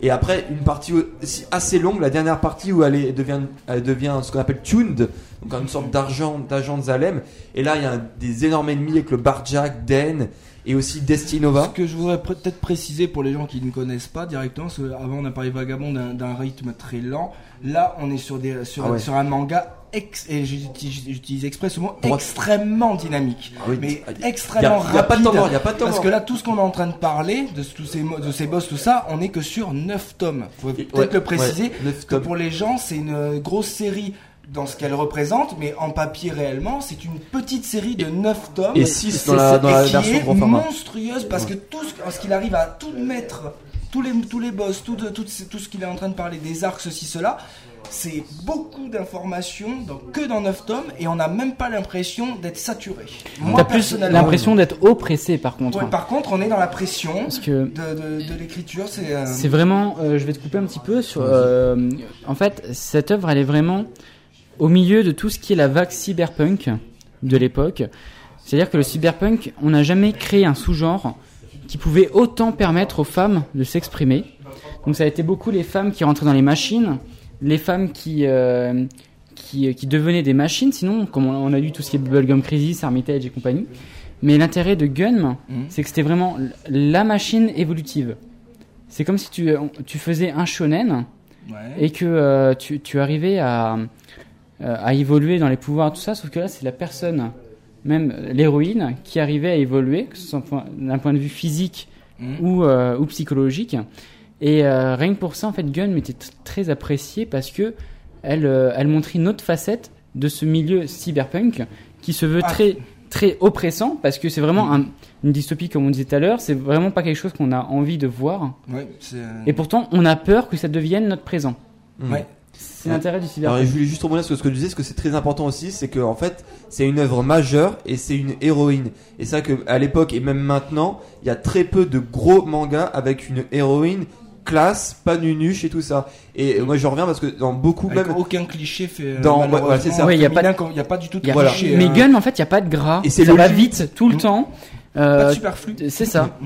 B: Et après, une partie aussi assez longue, la dernière partie où elle, est- elle devient, elle devient ce qu'on appelle tuned, donc une sorte d'argent, d'agent de Zalem. Et là, il y a un- des énormes ennemis avec le Barjack, Den et aussi
G: Ce
B: Destinova.
G: que je voudrais pr- peut-être préciser pour les gens qui ne connaissent pas directement, parce que avant on a parlé vagabond d'un- d'un rythme très lent. Là, on est sur, des, sur,
B: Ah ouais.
G: sur un manga, ex, et j'utilise j'utilise exprès ce mot,
B: Droite.
G: extrêmement dynamique.
B: Ah oui,
G: mais
B: il y a- Il y a,
G: extrêmement
B: il y a pas de
G: rapide.
B: temps mort, il y a pas de temps
G: parce
B: mort.
G: que là, tout ce qu'on est en train de parler, de tous ces, mo- de ces boss, tout ça, on n'est que sur 9 tomes. Faut peut-être
B: Ouais,
G: le préciser.
B: ouais, neuf
G: que
B: tomes.
G: pour les gens, c'est une grosse série dans ce qu'elle représente, mais en papier réellement, c'est une petite série de 9 tomes.
B: et 6 dans
G: C'est-
B: la,
G: c'est-
B: dans
G: Ah et
B: la
G: qui
B: version
G: est
B: grand format.
G: monstrueuse parce que tout ce, ce qu'il arrive à tout mettre, tous les, tous les boss, tout, de- tout, ce- tout ce qu'il est en train de parler des arcs, ceci, cela, c'est beaucoup d'informations dans- que dans 9 tomes et on n'a même pas l'impression d'être saturé. Moi,
C: T'as plus
G: personnellement,
C: l'impression d'être oppressé par contre. hein.
G: ouais, par contre, on est dans la pression
C: Parce que
G: de, de- de l'écriture, c'est. euh,
C: c'est vraiment. euh, je vais te couper un petit peu sur. euh, en fait, cette œuvre, elle est vraiment au milieu de tout ce qui est la vague cyberpunk de l'époque. C'est-à-dire que le cyberpunk, on n'a jamais créé un sous-genre qui pouvait autant permettre aux femmes de s'exprimer. Donc ça a été beaucoup les femmes qui rentraient dans les machines, les femmes qui, euh, qui, qui devenaient des machines, sinon, comme on on a eu tout ce qui est Bubblegum Crisis, Armitage et compagnie. Mais l'intérêt de Gunm,
G: Mhm.
C: c'est que c'était vraiment l- la machine évolutive. C'est comme si tu, euh, tu faisais un shonen
G: ouais.
C: et que euh, tu, tu arrivais à, euh, à évoluer dans les pouvoirs, tout ça, sauf que là, c'est la personne, même l'héroïne, qui arrivait à évoluer, que ce soit point- d'un point de vue physique
G: Mhm.
C: ou, euh, ou psychologique. Et euh, rien que pour ça, en fait, Gunn m'était t- très appréciée parce que elle, euh, elle montrait une autre facette de ce milieu cyberpunk qui se veut
G: Ah.
C: très très oppressant parce que c'est vraiment un- une dystopie comme on disait tout à l'heure c'est vraiment pas quelque chose qu'on a envie de voir
G: Ouais, c'est, euh,
C: et pourtant on a peur que ça devienne notre présent
B: Hmm.
G: ouais.
C: c'est l'intérêt du
B: Alors,
C: cyberpunk.
B: je voulais juste rebondir sur ce que tu disais, parce que c'est très important aussi, c'est que en fait, c'est une œuvre majeure et c'est une héroïne. Et c'est vrai que à l'époque et même maintenant, il y a très peu de gros mangas avec une héroïne classe, pas nunuche et tout ça. Et euh, moi, je reviens parce que dans beaucoup
G: Avec
B: même,
G: aucun cliché fait. euh,
B: Dans- ouais,
G: malheureusement,
B: voilà, c'est ça.
C: Ouais, il y a pas de-
G: féminin, quand- il n'y a, pas du tout de
C: Y a- euh,
B: Voilà.
G: cliché.
C: Mais
G: hein.
C: Gun, en fait, il n'y a pas de gras.
B: Et c'est
C: ça va
B: logique.
C: vite tout le
G: Mm.
C: temps.
G: Pas
C: Euh,
G: de superflu.
C: c'est ça.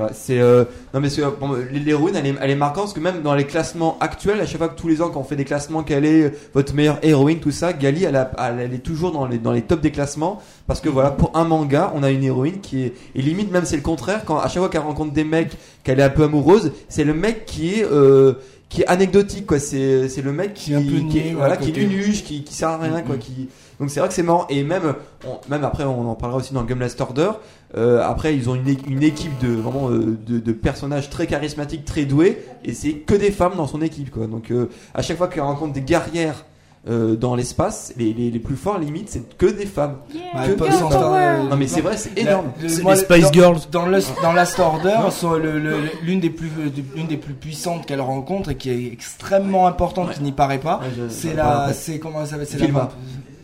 G: <laughs>
B: Voilà, c'est euh, non mais c'est, euh, bon, l'héroïne elle est, elle est marquante parce que même dans les classements actuels, à chaque fois que tous les ans quand on fait des classements qu'elle est euh, votre meilleure héroïne tout ça, Gali elle, a- elle, elle est toujours dans les dans les tops des classements parce que voilà pour un manga on a une héroïne qui est et limite même c'est le contraire quand à chaque fois qu'elle rencontre des mecs qu'elle est un peu amoureuse, c'est le mec qui est euh, qui est anecdotique quoi, c'est c'est le mec qui
G: Qui est un peu
B: qui est-
G: niais, ouais,
B: voilà
G: à
B: qui est
G: côté.
B: nunuche, qui qui sert à rien quoi,
G: Mhm.
B: qui donc c'est vrai que c'est marrant et même on- même après on en parlera aussi dans Game Last Order euh, après, ils ont une, é- une équipe de vraiment euh, de, de personnages très charismatiques, très doués, et c'est que des femmes dans son équipe. Quoi. Donc, euh, à chaque fois qu'elle rencontre des guerrières euh, dans l'espace, les, les, les plus forts limite, c'est que des femmes.
G: Bah,
B: Que
G: pas
B: des
G: sans-
B: femmes.
G: euh,
B: Non mais c'est vrai, c'est énorme.
G: La- le-
F: C'est
G: moi,
F: les
G: le-
F: Spice
G: dans-
F: Girls.
G: Dans, le, dans Last Order, sont le- le- le- l'une des plus l'une des plus puissantes qu'elle rencontre et qui est extrêmement importante,
B: Ouais.
G: qui n'y paraît pas,
B: Ouais, je-
G: c'est
B: je-
G: la,
B: ouais.
G: c'est comment elle s'appelle, c'est
B: Filma.
G: la vamp-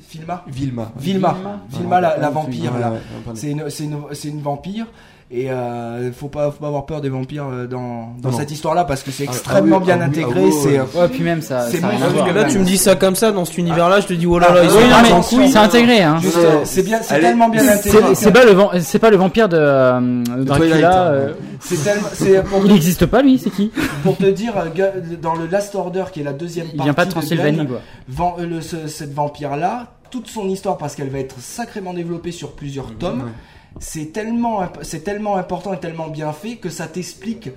G: Filma,
B: Vilma. Ah,
G: Vilma, Vilma, la, la
B: Ouais,
G: vampire
B: ouais,
G: là.
B: ouais, ouais, ouais.
G: C'est une, c'est une, c'est une vampire. Et euh, faut pas, faut pas avoir peur des vampires euh, dans, dans
B: Non.
G: cette histoire-là parce que c'est
B: Ah,
G: extrêmement
B: ah oui,
G: bien
B: ah oui,
G: intégré.
B: ah oui,
G: c'est euh,
B: ouais.
C: Ouais, puis même ça.
G: C'est
C: ça a
G: bon,
C: rien à
G: parce
C: voir.
G: que
H: Là, tu me dis ça comme ça dans cet univers-là, je te dis oh là là, ils
C: Oui,
H: sont
C: non, mais
H: partis en couille.
C: c'est intégré, hein.
G: juste, euh,
B: Ouais.
G: c'est bien, c'est
B: Elle est-
G: tellement bien intégré. hein.
C: C'est c'est pas, le vamp- c'est pas le vampire de euh,
B: Twilight,
C: Dracula.
B: hein.
C: euh,
G: C'est tellement, c'est pour,
C: il n'existe pas, lui, c'est qui
G: pour te dire euh, Gu- dans le Last Order qui est la deuxième partie.
C: Il vient pas de
G: Gun,
C: Transylvanie, quoi.
G: van- euh, le- ce- cette vampire là, toute son histoire parce qu'elle va être sacrément développée sur plusieurs tomes. C'est tellement, imp- c'est tellement important et tellement bien fait que ça t'explique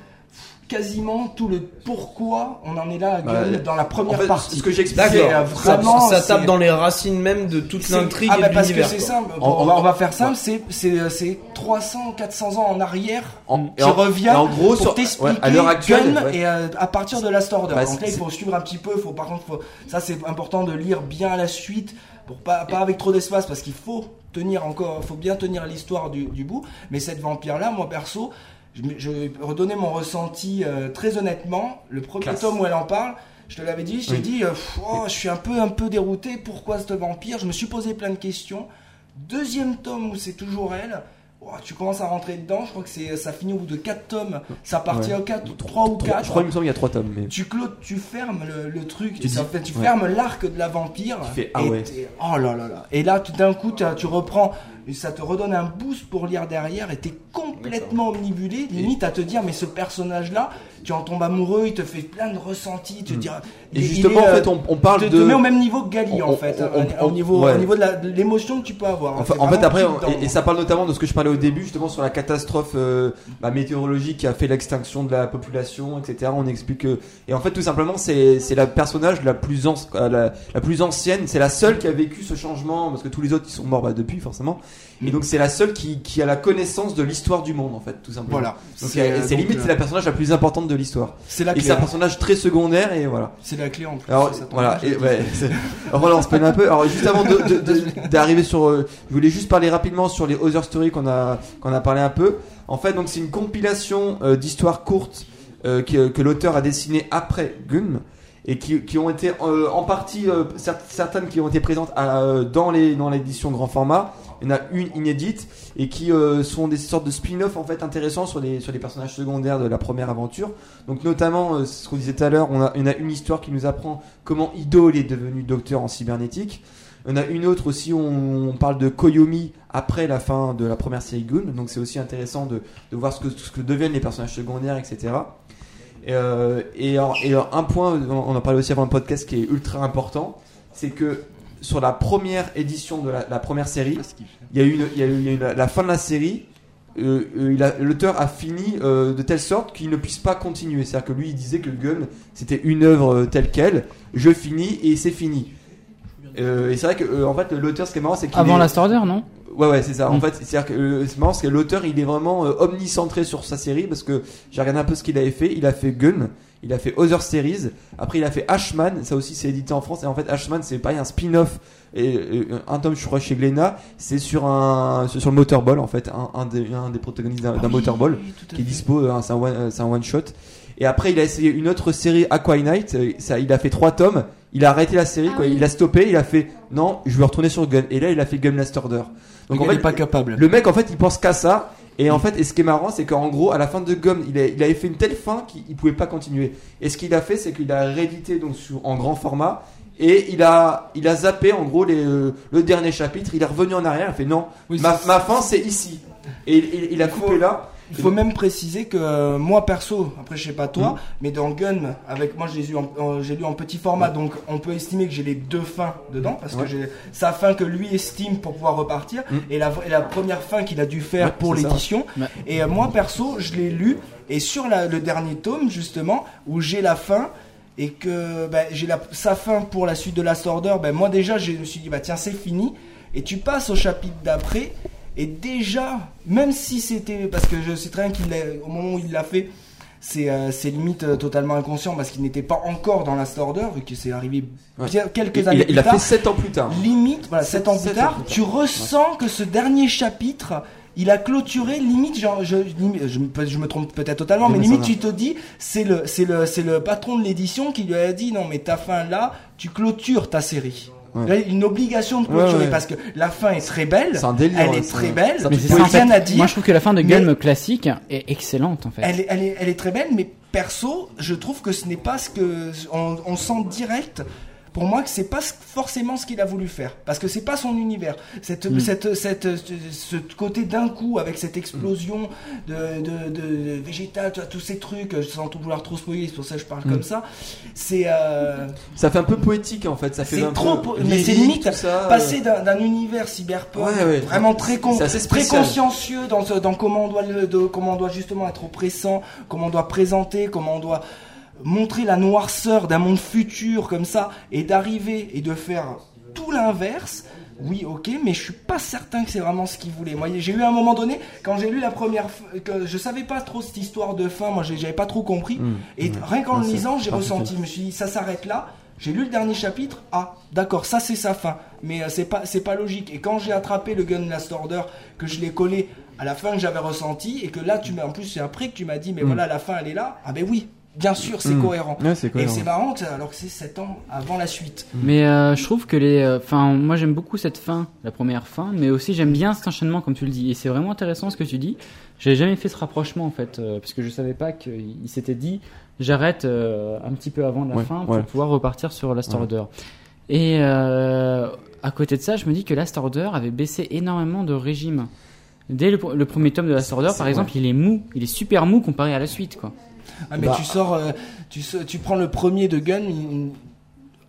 G: quasiment tout le pourquoi on en est là à
B: Bah,
G: Gun dans la première
B: en fait,
G: partie.
B: ce que j'explique,
G: C'est, euh,
H: D'accord. Ça,
G: vraiment,
H: ça
G: c'est-
H: tape dans les racines même de toute
G: c'est-
H: l'intrigue
G: ah,
H: et
G: bah,
H: de
G: parce que
H: l'univers.
G: c'est
H: quoi.
G: simple.
B: En-
G: on, va,
B: en-
G: on va faire simple. C'est, c'est, euh, c'est 300, 400 ans en arrière.
B: En-
G: Qui
B: en-
G: revient
B: en gros,
G: pour
B: sur-
G: t'expliquer
B: ouais, à l'heure actuelle,
G: Gun
B: ouais.
G: et euh, à partir de Last Order.
B: Bah,
G: Donc là,
B: c'est-
G: il faut suivre un petit peu. Faut, par contre, faut- ça c'est important de lire bien à la suite pour pas, pas avec trop d'espace parce qu'il faut tenir encore, faut bien tenir l'histoire du, du bout. Mais cette vampire là, moi perso, je, me- je vais redonner mon ressenti euh, très honnêtement. Le premier
B: Classe.
G: tome où elle en parle. Je te l'avais dit, j'ai
B: Oui.
G: dit, euh, pff, oh, je suis un peu, un peu dérouté. Pourquoi ce vampire Je me suis posé plein de questions. Deuxième tome où c'est toujours elle. Oh, tu commences à rentrer dedans. Je crois que c'est, euh, ça finit au bout de 4 tomes. Ça partit
B: Ouais.
G: à 4, 3 ou
B: Trois-
G: 4.
B: Je crois, il me semble, il y a trois tomes. Mais...
G: Tu clôt, tu fermes le, le truc.
B: Tu
G: et ça
B: dis-
G: fait- tu
B: ouais.
G: fermes l'arc de la vampire.
B: Tu fais, ah
G: et
B: ouais.
G: t'es- Oh là là là. Et là, tout d'un coup, t'as- tu reprends. et Ça te redonne un boost pour lire derrière et t'es complètement omnibulé, limite à te dire mais ce personnage-là, tu en tombes amoureux, il te fait plein de ressentis, tu te dis, il-
B: Mm. Et
G: il
B: justement,
G: est,
B: en
G: euh,
B: fait, on, on parle
G: te,
B: de.
G: te met au même niveau que Gali
B: on-
G: en fait,
B: on-
G: hein,
B: on-
G: au, niveau,
B: ouais.
G: au niveau de la- de l'émotion que tu peux avoir. hein.
B: Enfin,
G: C'est
B: en fait,
G: vraiment
B: après,
G: tout
B: on-
G: dedans.
B: et, et ça parle notamment de ce que je parlais au début, justement sur la catastrophe euh, bah, météorologique qui a fait l'extinction de la population, etc. On explique que, et en fait, tout simplement, c'est c'est la personnage la plus an- euh, la, la plus ancienne, c'est la seule qui a vécu ce changement parce que tous les autres ils sont morts bah, depuis forcément. Et donc c'est la seule qui, qui a la connaissance de l'histoire du monde en fait, tout simplement.
G: Voilà.
B: Donc
G: C'est,
B: elle-
G: euh,
B: c'est
G: donc,
B: limite
G: euh,
B: c'est la personnage la plus importante de l'histoire.
G: c'est la
B: Et c'est
G: clé. hein.
B: un personnage très secondaire et voilà.
G: C'est la clé en plus.
B: Alors
G: ça tombe
B: voilà,
G: bien.
B: et, ouais, c'est- Alors, voilà, on se peine un peu. Alors juste avant de- de- de- d'arriver sur, euh, je voulais juste parler rapidement sur les Other Stories qu'on a qu'on a parlé un peu. En fait, donc c'est une compilation euh, d'histoires courtes euh, que, que l'auteur a dessinées après Gun et qui, qui ont été euh, en partie euh, cer- certaines qui ont été présentes à, euh, dans les dans l'édition grand format. Il y en a une inédite et qui euh, sont des sortes de spin-off en fait intéressants sur les sur les personnages secondaires de la première aventure. Donc notamment euh, ce qu'on disait tout à l'heure, on a, on a une histoire qui nous apprend comment Idol est devenu docteur en cybernétique. On a une autre aussi où on parle de Koyomi après la fin de la première série Goon. Donc c'est aussi intéressant de, de voir ce que, ce que deviennent les personnages secondaires, etc. Et, euh, et, alors- et alors, un point, on en parlait aussi avant le podcast, qui est ultra important, c'est que sur la première édition de la, la première série, il y a eu, une- il y a eu- il y a eu la, la fin de la série. euh, euh, il a- L'auteur a fini euh, de telle sorte qu'il ne puisse pas continuer. C'est-à-dire que lui, il disait que Gun, c'était une œuvre euh, telle quelle. Je finis et c'est fini. Euh, et c'est vrai que, euh, en fait, l'auteur, ce qui est marrant, c'est qu'il
C: Avant
B: est-
C: Last Order, non
B: Ouais, ouais, c'est ça. En
C: Mm.
B: fait, c'est-à-dire que euh, c'est marrant parce que l'auteur, il est vraiment euh, omnicentré sur sa série parce que j'ai regardé un peu ce qu'il avait fait. Il a fait Gun, il a fait Other Series, après il a fait Ashman. Ça aussi, c'est édité en France. Et en fait, Ashman, c'est pareil, un spin-off. Et, euh, un tome, je crois, chez Glénat. C'est sur un, sur sur le Motorball, en fait, un, un des, un des protagonistes d'un d'un Motorball qui est dispo. euh, c'est un, one- euh, c'est un one shot. Et après, il a essayé une autre série, Aquanite. euh, Ça, il a fait trois tomes. Il a arrêté la série,
D: Ah
B: quoi.
D: oui.
B: Il a stoppé. Il a fait non, je veux retourner sur Gun. Et là, il a fait Gun Last Order.
G: Donc
B: en
G: elle
B: fait,
G: est pas capable.
B: le mec, en fait, il pense qu'à ça. Et en fait, et ce qui est marrant, c'est qu'en gros, à la fin de Gomme, il, a- il avait fait une telle fin qu'il il pouvait pas continuer. Et ce qu'il a fait, c'est qu'il a réédité donc sur, en grand format. Et il a, il a zappé en gros les, euh, le dernier chapitre. Il est revenu en arrière. Il a fait non,
G: Oui,
B: ma,
G: c'est-
B: ma fin c'est ici. Et il, il- il a coupé là.
G: Il faut même préciser que euh, moi perso, après je sais pas toi,
B: Hmm.
G: mais dans Gun, avec moi j'ai lu en, en- j'ai lu en petit format, donc on peut estimer que j'ai les deux fins dedans parce
B: Ouais.
G: que j'ai sa fin que lui estime pour pouvoir repartir
B: Mm.
G: et, la, et la première fin qu'il a dû faire
B: Ouais,
G: pour
B: c'est ça,
G: l'édition.
E: ouais. Ouais.
G: Et euh, moi perso, je l'ai lu et sur la- le dernier tome justement où j'ai la fin. Et que bah, j'ai la- sa fin pour la suite de Last Order, ben moi déjà je me suis dit bah tiens c'est fini et tu passes au chapitre d'après et déjà, même si c'était parce que je sais très bien qu'il l'a- au moment où il l'a fait, c'est euh, c'est limite euh, totalement inconscient parce qu'il n'était pas encore dans Last Order vu que c'est arrivé
B: Ouais.
G: bien- quelques
B: Il,
G: années
B: il
G: plus
B: a
G: tard.
B: fait 7 ans plus tard.
G: Limite, voilà,
B: Sept-
G: 7 ans
B: sept
G: plus
B: ans
G: tard,
B: plus tard.
G: tu ressens que ce dernier chapitre, il a clôturé limite, genre, je, lim- je, me- peut- je me trompe peut-être totalement, mais
B: Limite,
G: limite
B: ça
G: tu te dis, c'est le, c'est le, c'est le patron de l'édition qui lui a dit, non mais ta fin là, tu clôtures ta série.
B: Ouais.
G: Là, Une obligation de clôturer
B: Ouais, ouais.
G: parce que la fin est très belle,
B: C'est un délire.
G: elle
B: hein,
G: est
B: c'est-
G: très belle,
B: ça
C: Mais
B: peut
G: il
C: c'est
G: y
C: ça,
G: a
C: en fait.
G: rien à dire.
C: Moi, je trouve que la fin de
G: mais-
C: Gun classique est excellente, en fait.
G: Elle est, elle, est, elle est très belle, mais perso, je trouve que ce n'est pas ce que. On, on sent direct, pour moi, que c'est pas ce- forcément ce qu'il a voulu faire. Parce que c'est pas son univers. Cette,
C: Mm.
G: cette, cette, ce, ce côté d'un coup, avec cette explosion de, de, de, de végétal, tu vois, tous ces trucs, sans tout vouloir trop spoiler, c'est pour ça que je parle comme ça. C'est. euh,
B: Ça fait un peu poétique en fait. Ça fait
G: C'est
B: un
G: trop
B: peu
G: po- mais c'est
B: lyrique,
G: limite
B: tout ça, euh,
G: passer d'un d'un univers cyberpunk
B: Ouais, ouais.
G: vraiment très, con,
B: C'est assez
G: très
B: spécial.
G: consciencieux dans, ce- dans comment, on doit le- de- comment on doit justement être oppressant, comment on doit présenter, comment on doit montrer la noirceur d'un monde futur comme ça, et d'arriver et de faire tout l'inverse. Oui, ok, mais je suis pas certain que c'est vraiment ce qu'il voulait. Moi, j'ai eu à un moment donné, quand j'ai lu la première, f- que je savais pas trop cette histoire de fin, moi, j'ai- j'avais pas trop compris.
B: Mmh.
G: Et rien qu'en
B: Ouais,
G: le
B: c'est
G: lisant, j'ai
B: particulier.
G: ressenti, je me suis dit, ça s'arrête là. J'ai lu le dernier chapitre, ah d'accord, ça c'est sa fin, mais euh, c'est pas c'est pas logique. Et quand j'ai attrapé le Gun Last Order, que je l'ai collé à la fin que j'avais ressenti, et que là tu m'as en plus c'est après que tu m'as dit, mais
B: Mm.
G: voilà la fin elle est là, ah ben oui, bien sûr c'est
B: Mm.
G: cohérent.
B: Ouais, c'est
G: Et
B: cohérent.
G: c'est marrant que ça- alors que c'est 7 ans avant la suite.
C: Mais euh, je trouve que les. Enfin, moi j'aime beaucoup cette fin, la première fin, mais aussi j'aime bien cet enchaînement, comme tu le dis. Et c'est vraiment intéressant ce que tu dis. J'avais jamais fait ce rapprochement en fait, euh, parce que je savais pas qu'il il s'était dit j'arrête euh, un petit peu avant la
B: Ouais,
C: fin pour
B: ouais.
C: pouvoir repartir sur Last
B: Ouais.
C: Order. Et euh, à côté de ça, je me dis que Last Order avait baissé énormément de régime. Dès le, pr- le premier tome de Last Order,
B: c'est-
C: par exemple, il est mou, il est super mou comparé à la suite, quoi.
G: Ah mais
B: Bah.
G: tu sors, euh, tu sors- tu prends le premier de Gun. il-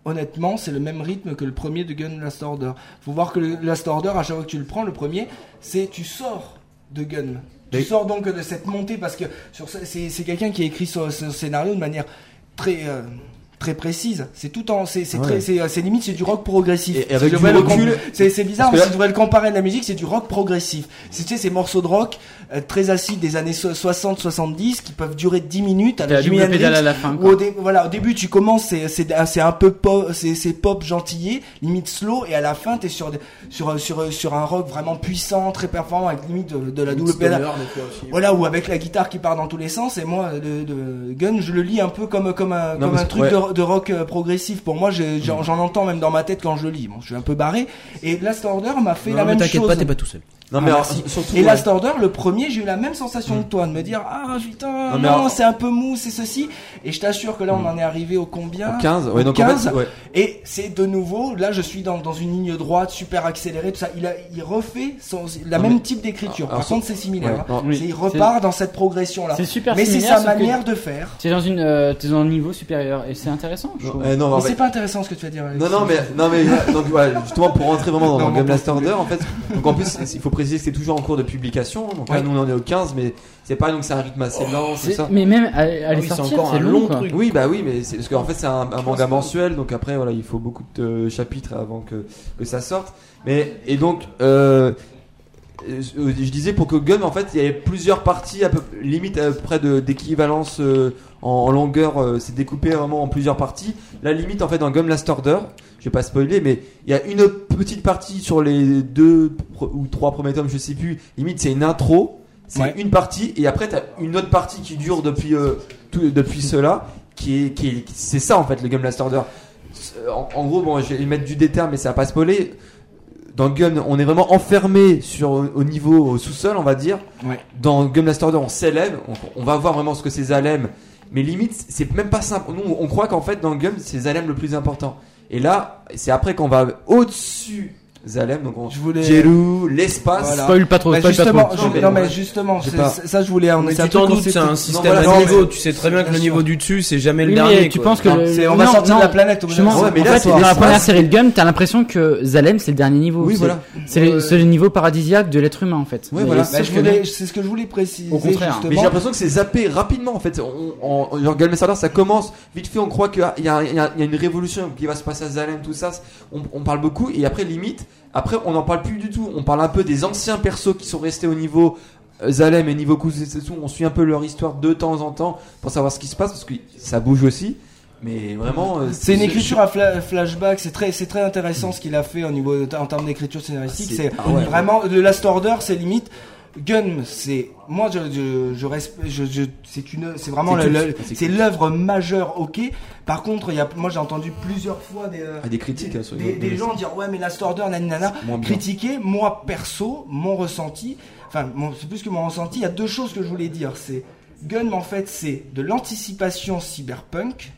G: Honnêtement, c'est le même rythme que le premier de Gun Last Order. Faut voir que le Last Order, à chaque fois que tu le prends, le premier, c'est tu sors de Gun. Tu
B: Mais-
G: sors donc de cette montée parce que sur ce- c'est c'est quelqu'un qui a écrit ce, ce scénario de manière très euh, très précise. C'est tout en c'est c'est
B: Ah Ouais.
G: très- c'est- c'est limite c'est du rock progressif.
B: Et- et
G: Si
B: avec
G: je
B: du
G: devrais le
B: recul,
G: com- c'est c'est bizarre,
B: parce que
G: si tu devrais le comparer à de la musique, c'est du rock progressif. C'est tu sais, ces morceaux de rock euh, très acides des années 60-70 qui peuvent durer 10 minutes à la
C: T'as
G: Ah, Jimi
C: double pédale à
G: Hendrix.
C: la fin.
G: Ou
C: quoi.
G: au, dé- voilà, au début, tu commences, c'est- c'est ah, c'est un peu pop, c'est c'est pop gentillé, limite slow, et à la fin, t'es sur, des- sur, sur, sur un rock vraiment puissant, très performant, avec limite euh, de, de la double pédale. Voilà, ou avec la guitare qui part dans tous les sens. Et moi, de, de Gun, je le lis un peu comme, comme un,
B: Non,
G: comme
B: parce
G: un
B: que-
G: truc
B: ouais.
G: de, de rock euh, progressif. Pour moi, j'ai- j'en j'en entends même dans ma tête quand je le lis. Bon, je suis un peu barré. Et Last Order m'a fait la
F: mais
G: même
F: t'inquiète
G: chose.
F: pas, t'es pas tout seul.
B: Non mais
G: Ah,
B: alors,
G: merci.
B: surtout.
G: Et
B: ouais. Mm.
G: Last Order, le premier, j'ai eu la même sensation que toi, de me dire Ah putain,
B: Non, mais
G: non,
B: alors- Mm.
G: c'est un peu mou, c'est ceci. Et je t'assure que là, on en est arrivé au combien
B: Au 15, ouais,
G: Au
B: donc
G: 15,
B: en fait, ouais.
G: Et c'est de nouveau, là, je suis dans, dans une ligne droite, super accélérée, tout ça. Il, a, il refait son, la
B: Non,
G: même
B: mais-
G: type d'écriture.
B: Alors,
G: Par
B: c'est-
G: contre, c'est similaire.
B: ouais,
G: hein.
B: non.
C: Oui.
G: C'est- Il repart dans cette progression-là.
C: C'est super
G: Mais c'est
C: similaire,
G: sa
C: sauf que-
G: manière de faire.
C: T'es dans une, euh, t'es dans un niveau supérieur et c'est intéressant. Je
B: Non,
C: trouve.
B: eh, non,
G: Mais
B: en
G: c'est
B: fait-
G: pas intéressant ce que tu vas dire. Alex.
B: Non, non, mais, non, mais voilà, donc, voilà, justement, pour rentrer vraiment dans
G: Non,
B: le Game
G: mais
B: Last Order, en fait, donc en plus, il faut préciser que c'est toujours en cours de publication. Donc là,
G: Ouais.
B: nous, on en est au 15, mais c'est pareil, donc c'est un rythme assez lent, c'est
C: C'est-
B: ça.
C: Mais même à, à les
H: oui, c'est
C: sortir,
H: encore
C: Ah c'est
H: un
C: long,
H: long
C: quoi.
H: truc.
B: Oui, bah oui, mais c'est parce qu'en fait, c'est un, un manga mensuel, donc après, voilà, il faut beaucoup de euh, chapitres avant que, que ça sorte. Mais, et donc, euh, euh, je disais pour que Gum, en fait, il y avait plusieurs parties, à peu, limite à peu près de- d'équivalence euh, en, en longueur, euh, c'est découpé vraiment en plusieurs parties. La limite, en fait, dans Gum Last Order, je vais pas spoiler, mais il y a une petite partie sur les deux pr- ou trois premiers tomes, je sais plus. Limite, c'est une intro, c'est
G: Ouais.
B: une partie, et après, t'as une autre partie qui dure depuis, euh, tout, depuis cela, qui est, qui est- c'est ça, en fait, le Gum Last Order. C'est- En, en gros, bon, je vais mettre du détail, mais ça va pas spoiler. Dans Gum, on est vraiment enfermé sur, au niveau au sous-sol, on va dire.
G: Ouais.
B: Dans Gum Last Order, on s'élève, on, on va voir vraiment ce que ces alèmes. Mais limite, c'est même pas simple. Nous, on croit qu'en fait, dans Gum, c'est Zalem le plus important. Et là, c'est après qu'on va au-dessus Zalem, donc on
G: Je voulais.
B: Jeru, l'espace.
G: Voilà.
C: Spoil pas trop,
G: Bah,
C: spoil pas
G: justement,
C: trop.
G: je-
B: Non, mais-
G: non, mais justement,
B: J'ai
G: c'est-
B: pas-
G: c'est- ça je voulais
H: Mais
G: emmener.
H: tu t'en doutes, c'est un système
B: voilà,
H: à
B: non,
H: niveau.
G: mais-
H: Tu sais très bien que le
G: Bien sûr.
H: niveau du dessus, c'est jamais le
C: Oui,
H: dernier.
C: mais tu
H: quoi.
C: penses que le-
G: C'est- on va
C: non,
G: sortir
C: non,
G: de la planète au bout d'un
C: Justement,
G: moment.
B: Ouais, mais
C: en
B: là,
C: fait,
B: c'est
C: dans la
B: l'espace.
C: première série de Gun, t'as l'impression que Zalem, c'est le dernier niveau.
B: Oui,
C: C'est-
B: voilà.
C: C'est le,
G: Euh,
C: c'est le niveau paradisiaque de l'être humain, en fait.
B: Ouais,
C: Mais
B: voilà.
G: Bah,
C: sauf
G: je
C: que
G: voulais- C'est ce que je voulais préciser.
C: Au contraire.
G: justement.
B: Mais j'ai l'impression que c'est zappé rapidement en fait. On, on, on- genre Game Master, ça commence vite fait. On croit qu'il y, a- il y a il y a une révolution qui va se passer à Zalem, tout ça. On, on parle beaucoup et après limite, après on n'en parle plus du tout. On parle un peu des anciens persos qui sont restés au niveau euh, Zalem et Nivoku Zetsu, on suit un peu leur histoire de temps en temps pour savoir ce qui se passe parce que ça bouge aussi. Mais vraiment, euh,
G: C'est une écriture à fla- flashback, c'est très, c'est très intéressant ce qu'il a fait au niveau en termes d'écriture scénaristique.
B: Ah, c'est-
G: C'est
B: ah ouais,
G: vraiment The Last Order, c'est limite. Gun, c'est moi je je, je, respe- je, je- c'est une c'est vraiment
B: C'est
G: le- le-
B: culte, c'est
G: c'est
B: culte.
G: l'œuvre majeure ok par contre il y a moi j'ai entendu plusieurs fois des euh,
B: Ah, des critiques, hein, sur-
G: des, des gens dire ouais mais Last Order nani, nana
B: C'est moins bien.
G: critiquer moi perso mon ressenti enfin mon- c'est plus que mon ressenti il y a deux choses que je voulais dire c'est Gun en fait c'est de l'anticipation cyberpunk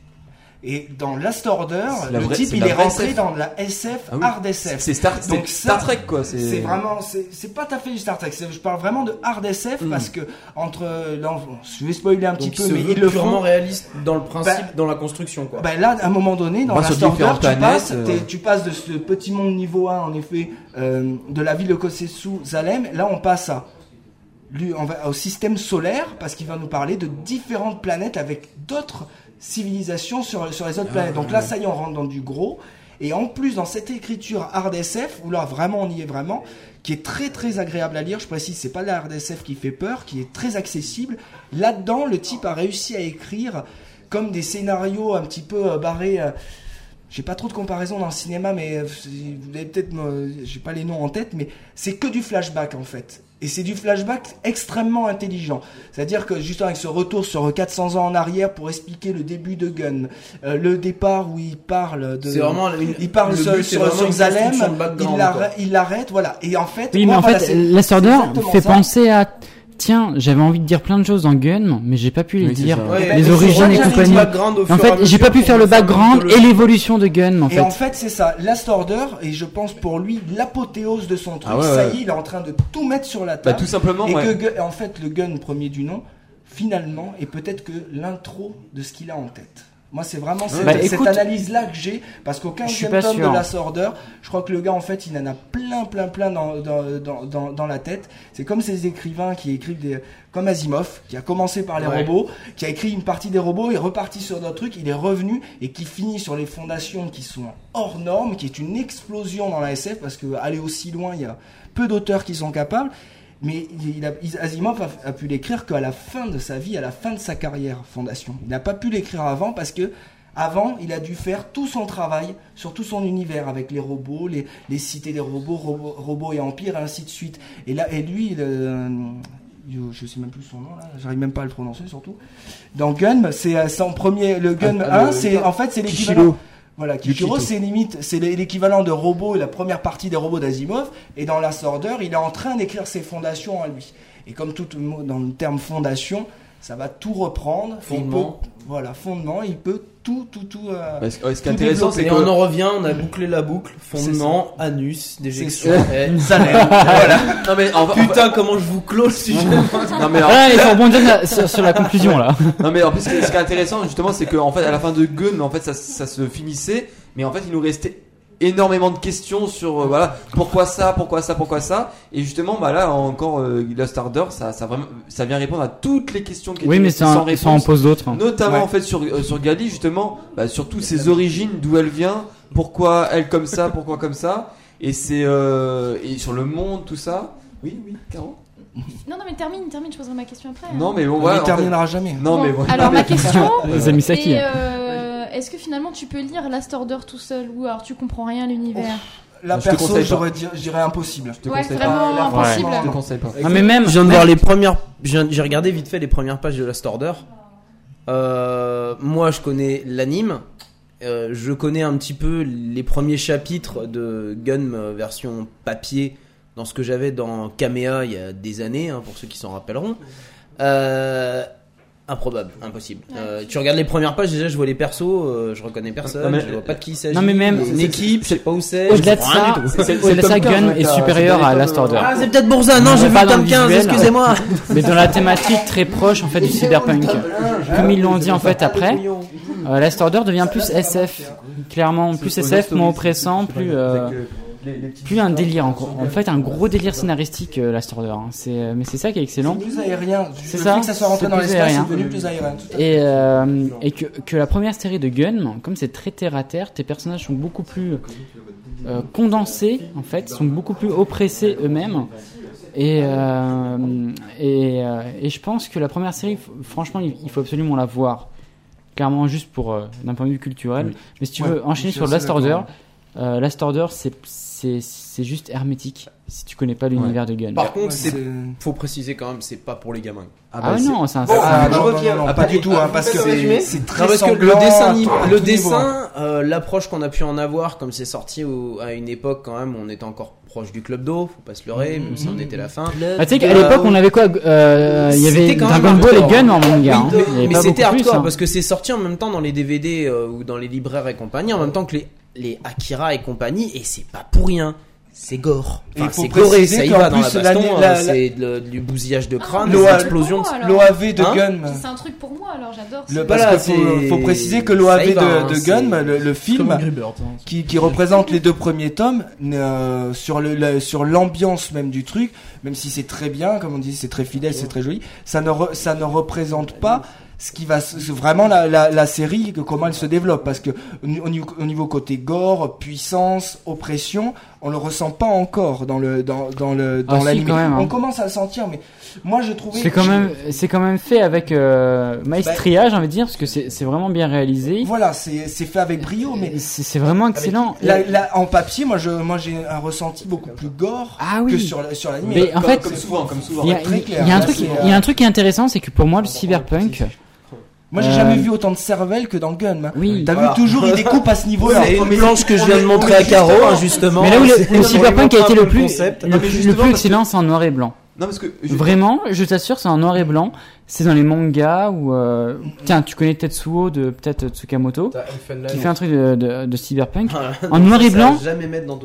G: et dans Last Order
B: C'est la
G: le
B: vraie-
G: type
B: c'est
G: il
B: la
G: est
B: vraie
G: rentré
B: SF.
G: dans la SF
B: Ah oui.
G: hard SF
B: c'est Star,
G: Donc
B: c'est Star
G: ça,
B: Trek quoi.
G: c'est vraiment, c'est c'est pas tout à fait du Star Trek. c'est- Je parle vraiment de hard SF
B: Hmm.
G: parce que entre, euh, là, on- je vais spoiler un
H: Donc,
G: petit
H: il se
G: peu, mais
H: veut
G: ils le
H: purement
G: font.
H: réaliste dans le principe,
G: Bah-
H: dans la construction, quoi.
G: Bah là, à un moment donné, dans
B: Bah,
G: la
B: sur
G: Last Order,
B: différentes
G: tu
B: planètes,
G: passes,
B: euh.
G: t'es- tu passes de ce petit monde niveau 1, en effet, euh, de la ville de Kosetsu, Zalem. Là, on passe à, lui, on va au système solaire parce qu'il va nous parler de différentes planètes avec d'autres civilisations sur, sur les autres planètes. Donc là, ça y est, on rentre dans du gros. Et en plus, dans cette écriture hard SF, où là vraiment on y est vraiment, qui est très très agréable à lire, je précise, c'est pas la hard SF qui fait peur, qui est très accessible. Là-dedans, le type a réussi à écrire comme des scénarios un petit peu euh, barrés. euh, j'ai pas trop de comparaison dans le cinéma, mais euh, vous avez peut-être, me- j'ai pas les noms en tête, mais c'est que du flashback en fait. Et c'est du flashback extrêmement intelligent. C'est-à-dire que justement avec ce retour sur 400 ans en arrière pour expliquer le début de Gun, euh, le départ où il parle de...
H: C'est vraiment une-
G: Il parle
H: le but,
G: sur,
H: c'est
G: sur,
H: vraiment
G: sur
H: une
G: Zalem,
H: construction de background,
G: il l'arrête, il l'arrête, voilà. Et en fait,
C: Oui, mais
G: moi,
C: en
G: voilà,
C: fait,
G: bah,
C: euh,
G: c'est-
C: Last Order
G: exactement
C: fait
G: ça.
C: penser à tiens, j'avais envie de dire plein de choses dans Gun, mais j'ai pas pu les
B: Oui, c'est
C: dire.
B: ça.
H: Ouais,
G: bah,
H: mais
C: les
H: c'est
C: origines
H: vrai
C: et
H: que j'avais
C: compagnie.
H: dit background au
C: En
H: fur et à
C: fait, j'ai
H: mesure
C: pas pu
H: pour
C: faire le
H: me faire
C: background
H: mythologie.
C: et l'évolution de Gun, en
G: Et
C: fait.
G: en fait, c'est ça. Last Order, et je pense pour lui, l'apothéose de son truc.
B: Ah ouais,
G: ça
B: ouais.
G: y est, il est en train de tout mettre sur la
B: Bah,
G: table.
B: tout simplement,
G: et
B: ouais.
G: que Gun- en fait, le gun premier du nom, finalement, est peut-être que l'intro de ce qu'il a en tête. Moi, c'est vraiment cette,
C: Bah,
G: cette
C: écoute,
G: analyse-là que j'ai, parce qu'au
C: suis
G: 15e
C: pas
G: tome de
C: sûr.
G: Last Order, je crois que le gars, en fait, il en a plein, plein, plein dans, dans, dans, dans, dans la tête. C'est comme ces écrivains qui écrivent des, comme Asimov, qui a commencé par les
H: Ouais.
G: robots, qui a écrit une partie des robots, est reparti sur d'autres trucs, il est revenu et qui finit sur les fondations qui sont hors normes, qui est une explosion dans la SF parce que aller aussi loin, il y a peu d'auteurs qui sont capables. Mais il a, il- Asimov a, a pu l'écrire qu'à la fin de sa vie, à la fin de sa carrière, Fondation. Il n'a pas pu l'écrire avant parce que avant, il a dû faire tout son travail sur tout son univers avec les robots, les, les cités des robots, robots, robots et empires, ainsi de suite. Et là, et lui, le- je- je sais même plus son nom là, j'arrive même pas à le prononcer surtout. Dans Gun, c'est euh, son premier, le Gun
B: Ah, ah,
G: 1,
B: le-
G: c'est en fait c'est
B: Kishiro.
G: l'équivalent. Voilà, Kishiro,
B: Yukito.
G: c'est limite, c'est l'é- l'équivalent de robot, la première partie des robots d'Asimov. Et dans Last Order, il est en train d'écrire ses fondations à lui. Et comme tout mot dans le terme fondation, ça va tout reprendre. Il
H: Fondement.
G: peut- voilà, fondement, il peut tout, tout, tout. euh,
B: <laughs> Bah, ce ouais, ce qui est
G: Tout
B: intéressant, c'est
H: Et
B: que
H: on en revient, on a bouclé la boucle,
G: C'est
H: fondement, anus, déjection. Eh,
B: non mais en- en-
H: Putain, comment je vous close ce sujet
B: <laughs> non
G: <laughs>
B: mais en-
C: Ah, il faut rebondir là- sur, sur la conclusion là.
B: Non mais en plus ce qui est ce qui est intéressant justement c'est que en fait à la fin de Gun en fait ça, ça se finissait mais en fait il nous restait énormément de questions sur euh, voilà pourquoi ça pourquoi ça pourquoi ça et justement bah là encore euh, Lost Order ça ça vraiment ça vient répondre à toutes les questions qui
C: Oui,
B: étaient
C: mais c'est
B: sans
C: un, ça en
B: réponse
C: pose d'autres.
B: notamment
G: Ouais.
B: en fait sur euh, sur Gali justement bah, sur toutes ses origines d'où elle vient pourquoi elle comme ça pourquoi comme ça et c'est euh, et sur le monde tout ça oui oui Caro
D: Non, non, mais termine, termine, je poserai ma question après. hein.
B: non mais bon
G: Ah. on
B: voilà
G: y
B: en fait-
G: terminera jamais.
B: non
D: Bon,
B: mais voilà
D: Alors,
B: <laughs>
D: ma
B: mais-
D: question,
C: Zamisaki.
D: c'est euh, est-ce que finalement tu peux lire Last Order tout seul ou alors tu comprends rien à l'univers
G: La
B: Je te
G: perso,
B: conseille pas.
G: j'aurais dit- je dirais impossible.
B: je te
D: Ouais,
B: conseille pas.
D: vraiment
G: Ah,
C: là,
D: impossible.
B: Je te
G: franchement.
B: conseille pas
C: Non, Ah, mais même.
H: Je viens de voir les premières. je viens- J'ai regardé vite fait les premières pages de Last Order. Euh, moi, je connais l'anime. Euh, je connais un petit peu les premiers chapitres de Gun euh, version papier dans ce que j'avais dans Kamea il y a des années, hein, pour ceux qui s'en rappelleront. Euh, improbable, impossible. Euh, tu regardes les premières pages, déjà je vois les persos, euh, je reconnais personne,
B: Non, mais-
H: je vois pas de qui il s'agit.
C: Non, mais même-
H: une équipe, je sais pas où c'est.
C: Au-delà de
H: je sais rien
C: ça,
H: du tout.
B: C'est- c'est-
C: au-delà de
B: c'est
C: ça,
B: Tom Gun,
C: Gun
B: ouais,
C: est
B: t'as-
C: supérieur
B: t'as-
C: à Last
B: t'as-
C: Order.
H: Ah, c'est peut-être pour ça, non,
C: On
H: j'ai vu
C: va
H: le
C: dans
H: tome
C: le
H: 15,
C: visuel.
H: excusez-moi.
C: mais dans la thématique très proche en fait du cyberpunk. Comme ils l'ont dit en fait après, euh, Last Order devient plus SF, clairement plus SF, moins oppressant, plus euh, plus un délire encore. En fait, un gros délire scénaristique euh, Last Order. hein. C'est euh, mais c'est ça qui est excellent.
G: C'est plus aérien.
C: C'est
G: le
C: ça,
G: fait que ça soit rentré
C: c'est
G: dans
C: plus
G: l'espace,
C: aérien.
G: c'est devenu plus aérien. Tout à fait.
C: Et, euh, et que, que la première série de Gun, comme c'est très terre à terre, tes personnages sont beaucoup plus euh, condensés, en fait, sont beaucoup plus oppressés eux-mêmes. Et, euh, et, euh, et je pense que la première série, f- franchement, il il faut absolument la voir. Clairement, juste pour euh, d'un point de vue culturel. Mais si tu
G: Ouais,
C: veux enchaîner
G: je suis
C: sur
G: assez
C: Last
G: d'accord,
C: Order, euh, Last Order, c'est- c'est c'est juste hermétique si tu connais pas l'univers de Gun.
H: Par
G: Ouais,
H: contre, c'est
G: c'est-
H: faut préciser quand même, c'est pas pour les gamins.
C: Ah, ouais, non, c'est un.
A: Bon,
G: Ah,
A: je
G: non,
A: reviens.
G: non, non, pas du tout, hein,
A: Vous
G: parce que
A: faites un résumé
G: c'est c'est très
H: Non, parce que
G: sanglant
H: le
G: à
H: dessin,
G: tout-
H: anim-
G: à
H: le
G: tout niveau, hein.
H: dessin euh, l'approche qu'on a pu en avoir, comme c'est sorti au- à une époque quand même, on était encore proche du club d'eau, faut pas se leurrer,
G: Mm-hmm.
H: même si on était à la fin.
C: Ah, tu sais qu'à l'époque, on avait quoi euh, Il y avait
H: Euh, C'était quand même
C: Dragon Ball et
H: hardcore.
C: Gun en manga. hein.
H: Oui,
C: Il y avait
H: mais
C: pas
H: c'était
C: beaucoup plus,
H: hardcore
C: hein.
H: parce que c'est sorti en même temps dans les DVD euh, ou dans les libraires et compagnie, en même temps que les, les Akira et compagnie, et c'est pas pour rien. C'est gore.
G: Et
H: Enfin,
G: faut
H: c'est goré,
G: préciser
H: ça y
G: qu'en
H: va dans la
G: plus,
H: baston,
G: l'année-
H: euh,
G: la- la-
H: c'est de- du bousillage de crâne,
G: L'eau
H: des
G: à-
H: explosions.
D: alors.
G: L'OAV de
H: Hein
G: Gun.
D: C'est un truc pour moi alors, j'adore.
G: Le,
D: ça.
G: parce
H: Voilà,
G: que faut,
H: c'est-
G: faut préciser que
H: ça
G: l'OAV
H: y
G: de,
H: va, hein,
G: de
H: c'est-
G: Gun, le, le
E: Comme
G: film
E: Angry Birds, hein.
G: qui, qui représente les deux premiers tomes, euh, sur le, la- sur l'ambiance même du truc, même si c'est très bien, comme on dit, c'est très fidèle, c'est très joli, ça ne re- ça ne représente pas ce qui va s- vraiment la, la, la série que comment elle se développe parce que au, ni- au niveau, au niveau côté gore puissance oppression on le ressent pas encore dans le dans dans le
C: Ah,
G: dans
C: si,
G: l'anime
C: quand même, hein.
G: on commence à le sentir mais moi je trouvais
C: C'est quand même, c'est quand même fait avec euh, maestria, j'ai envie de dire, parce que c'est c'est vraiment bien réalisé.
G: voilà c'est c'est fait avec brio mais
C: C'est c'est vraiment excellent.
G: Là, là, en papier, moi, je, moi, j'ai un ressenti beaucoup plus gore
C: Ah
G: que
C: oui.
G: sur la, sur l'anime.
C: Mais en fait,
B: comme souvent, comme souvent.
C: Il y, a,
G: très clair.
C: il y a un
G: Là,
C: truc,
G: c'est,
C: il y a un truc qui est intéressant, c'est que pour moi, le cyberpunk,
G: Moi, j'ai
C: Euh,
G: jamais vu autant de cervelle que dans Gun. hein.
C: oui.
G: T'as
H: Voilà.
G: vu toujours il découpe à ce
C: <laughs>
G: niveau-là.
H: C'est-
G: Non, mais-
H: planche
B: que
H: je viens de montrer à Caro, hein, justement.
C: Mais là où
H: c'est-
C: le, le
H: on
C: cyberpunk a
H: montre
C: été
H: un
C: le
H: peu
C: plus,
H: concept.
C: le,
B: Non, mais
C: plus- le
B: justement,
C: plus
B: parce que-
C: excellent, c'est en noir et blanc.
B: Non, parce que. je-
C: Vraiment, je t'assure, c'est en noir et blanc. C'est dans les mangas ou euh, tiens, tu connais Tetsuo de peut-être Tsukamoto,
A: T'as Elfen
C: qui
A: Lied.
C: fait un truc de, de- de cyberpunk.
H: Voilà.
C: En noir et
H: Ça,
C: blanc,
H: Jamais mettre dans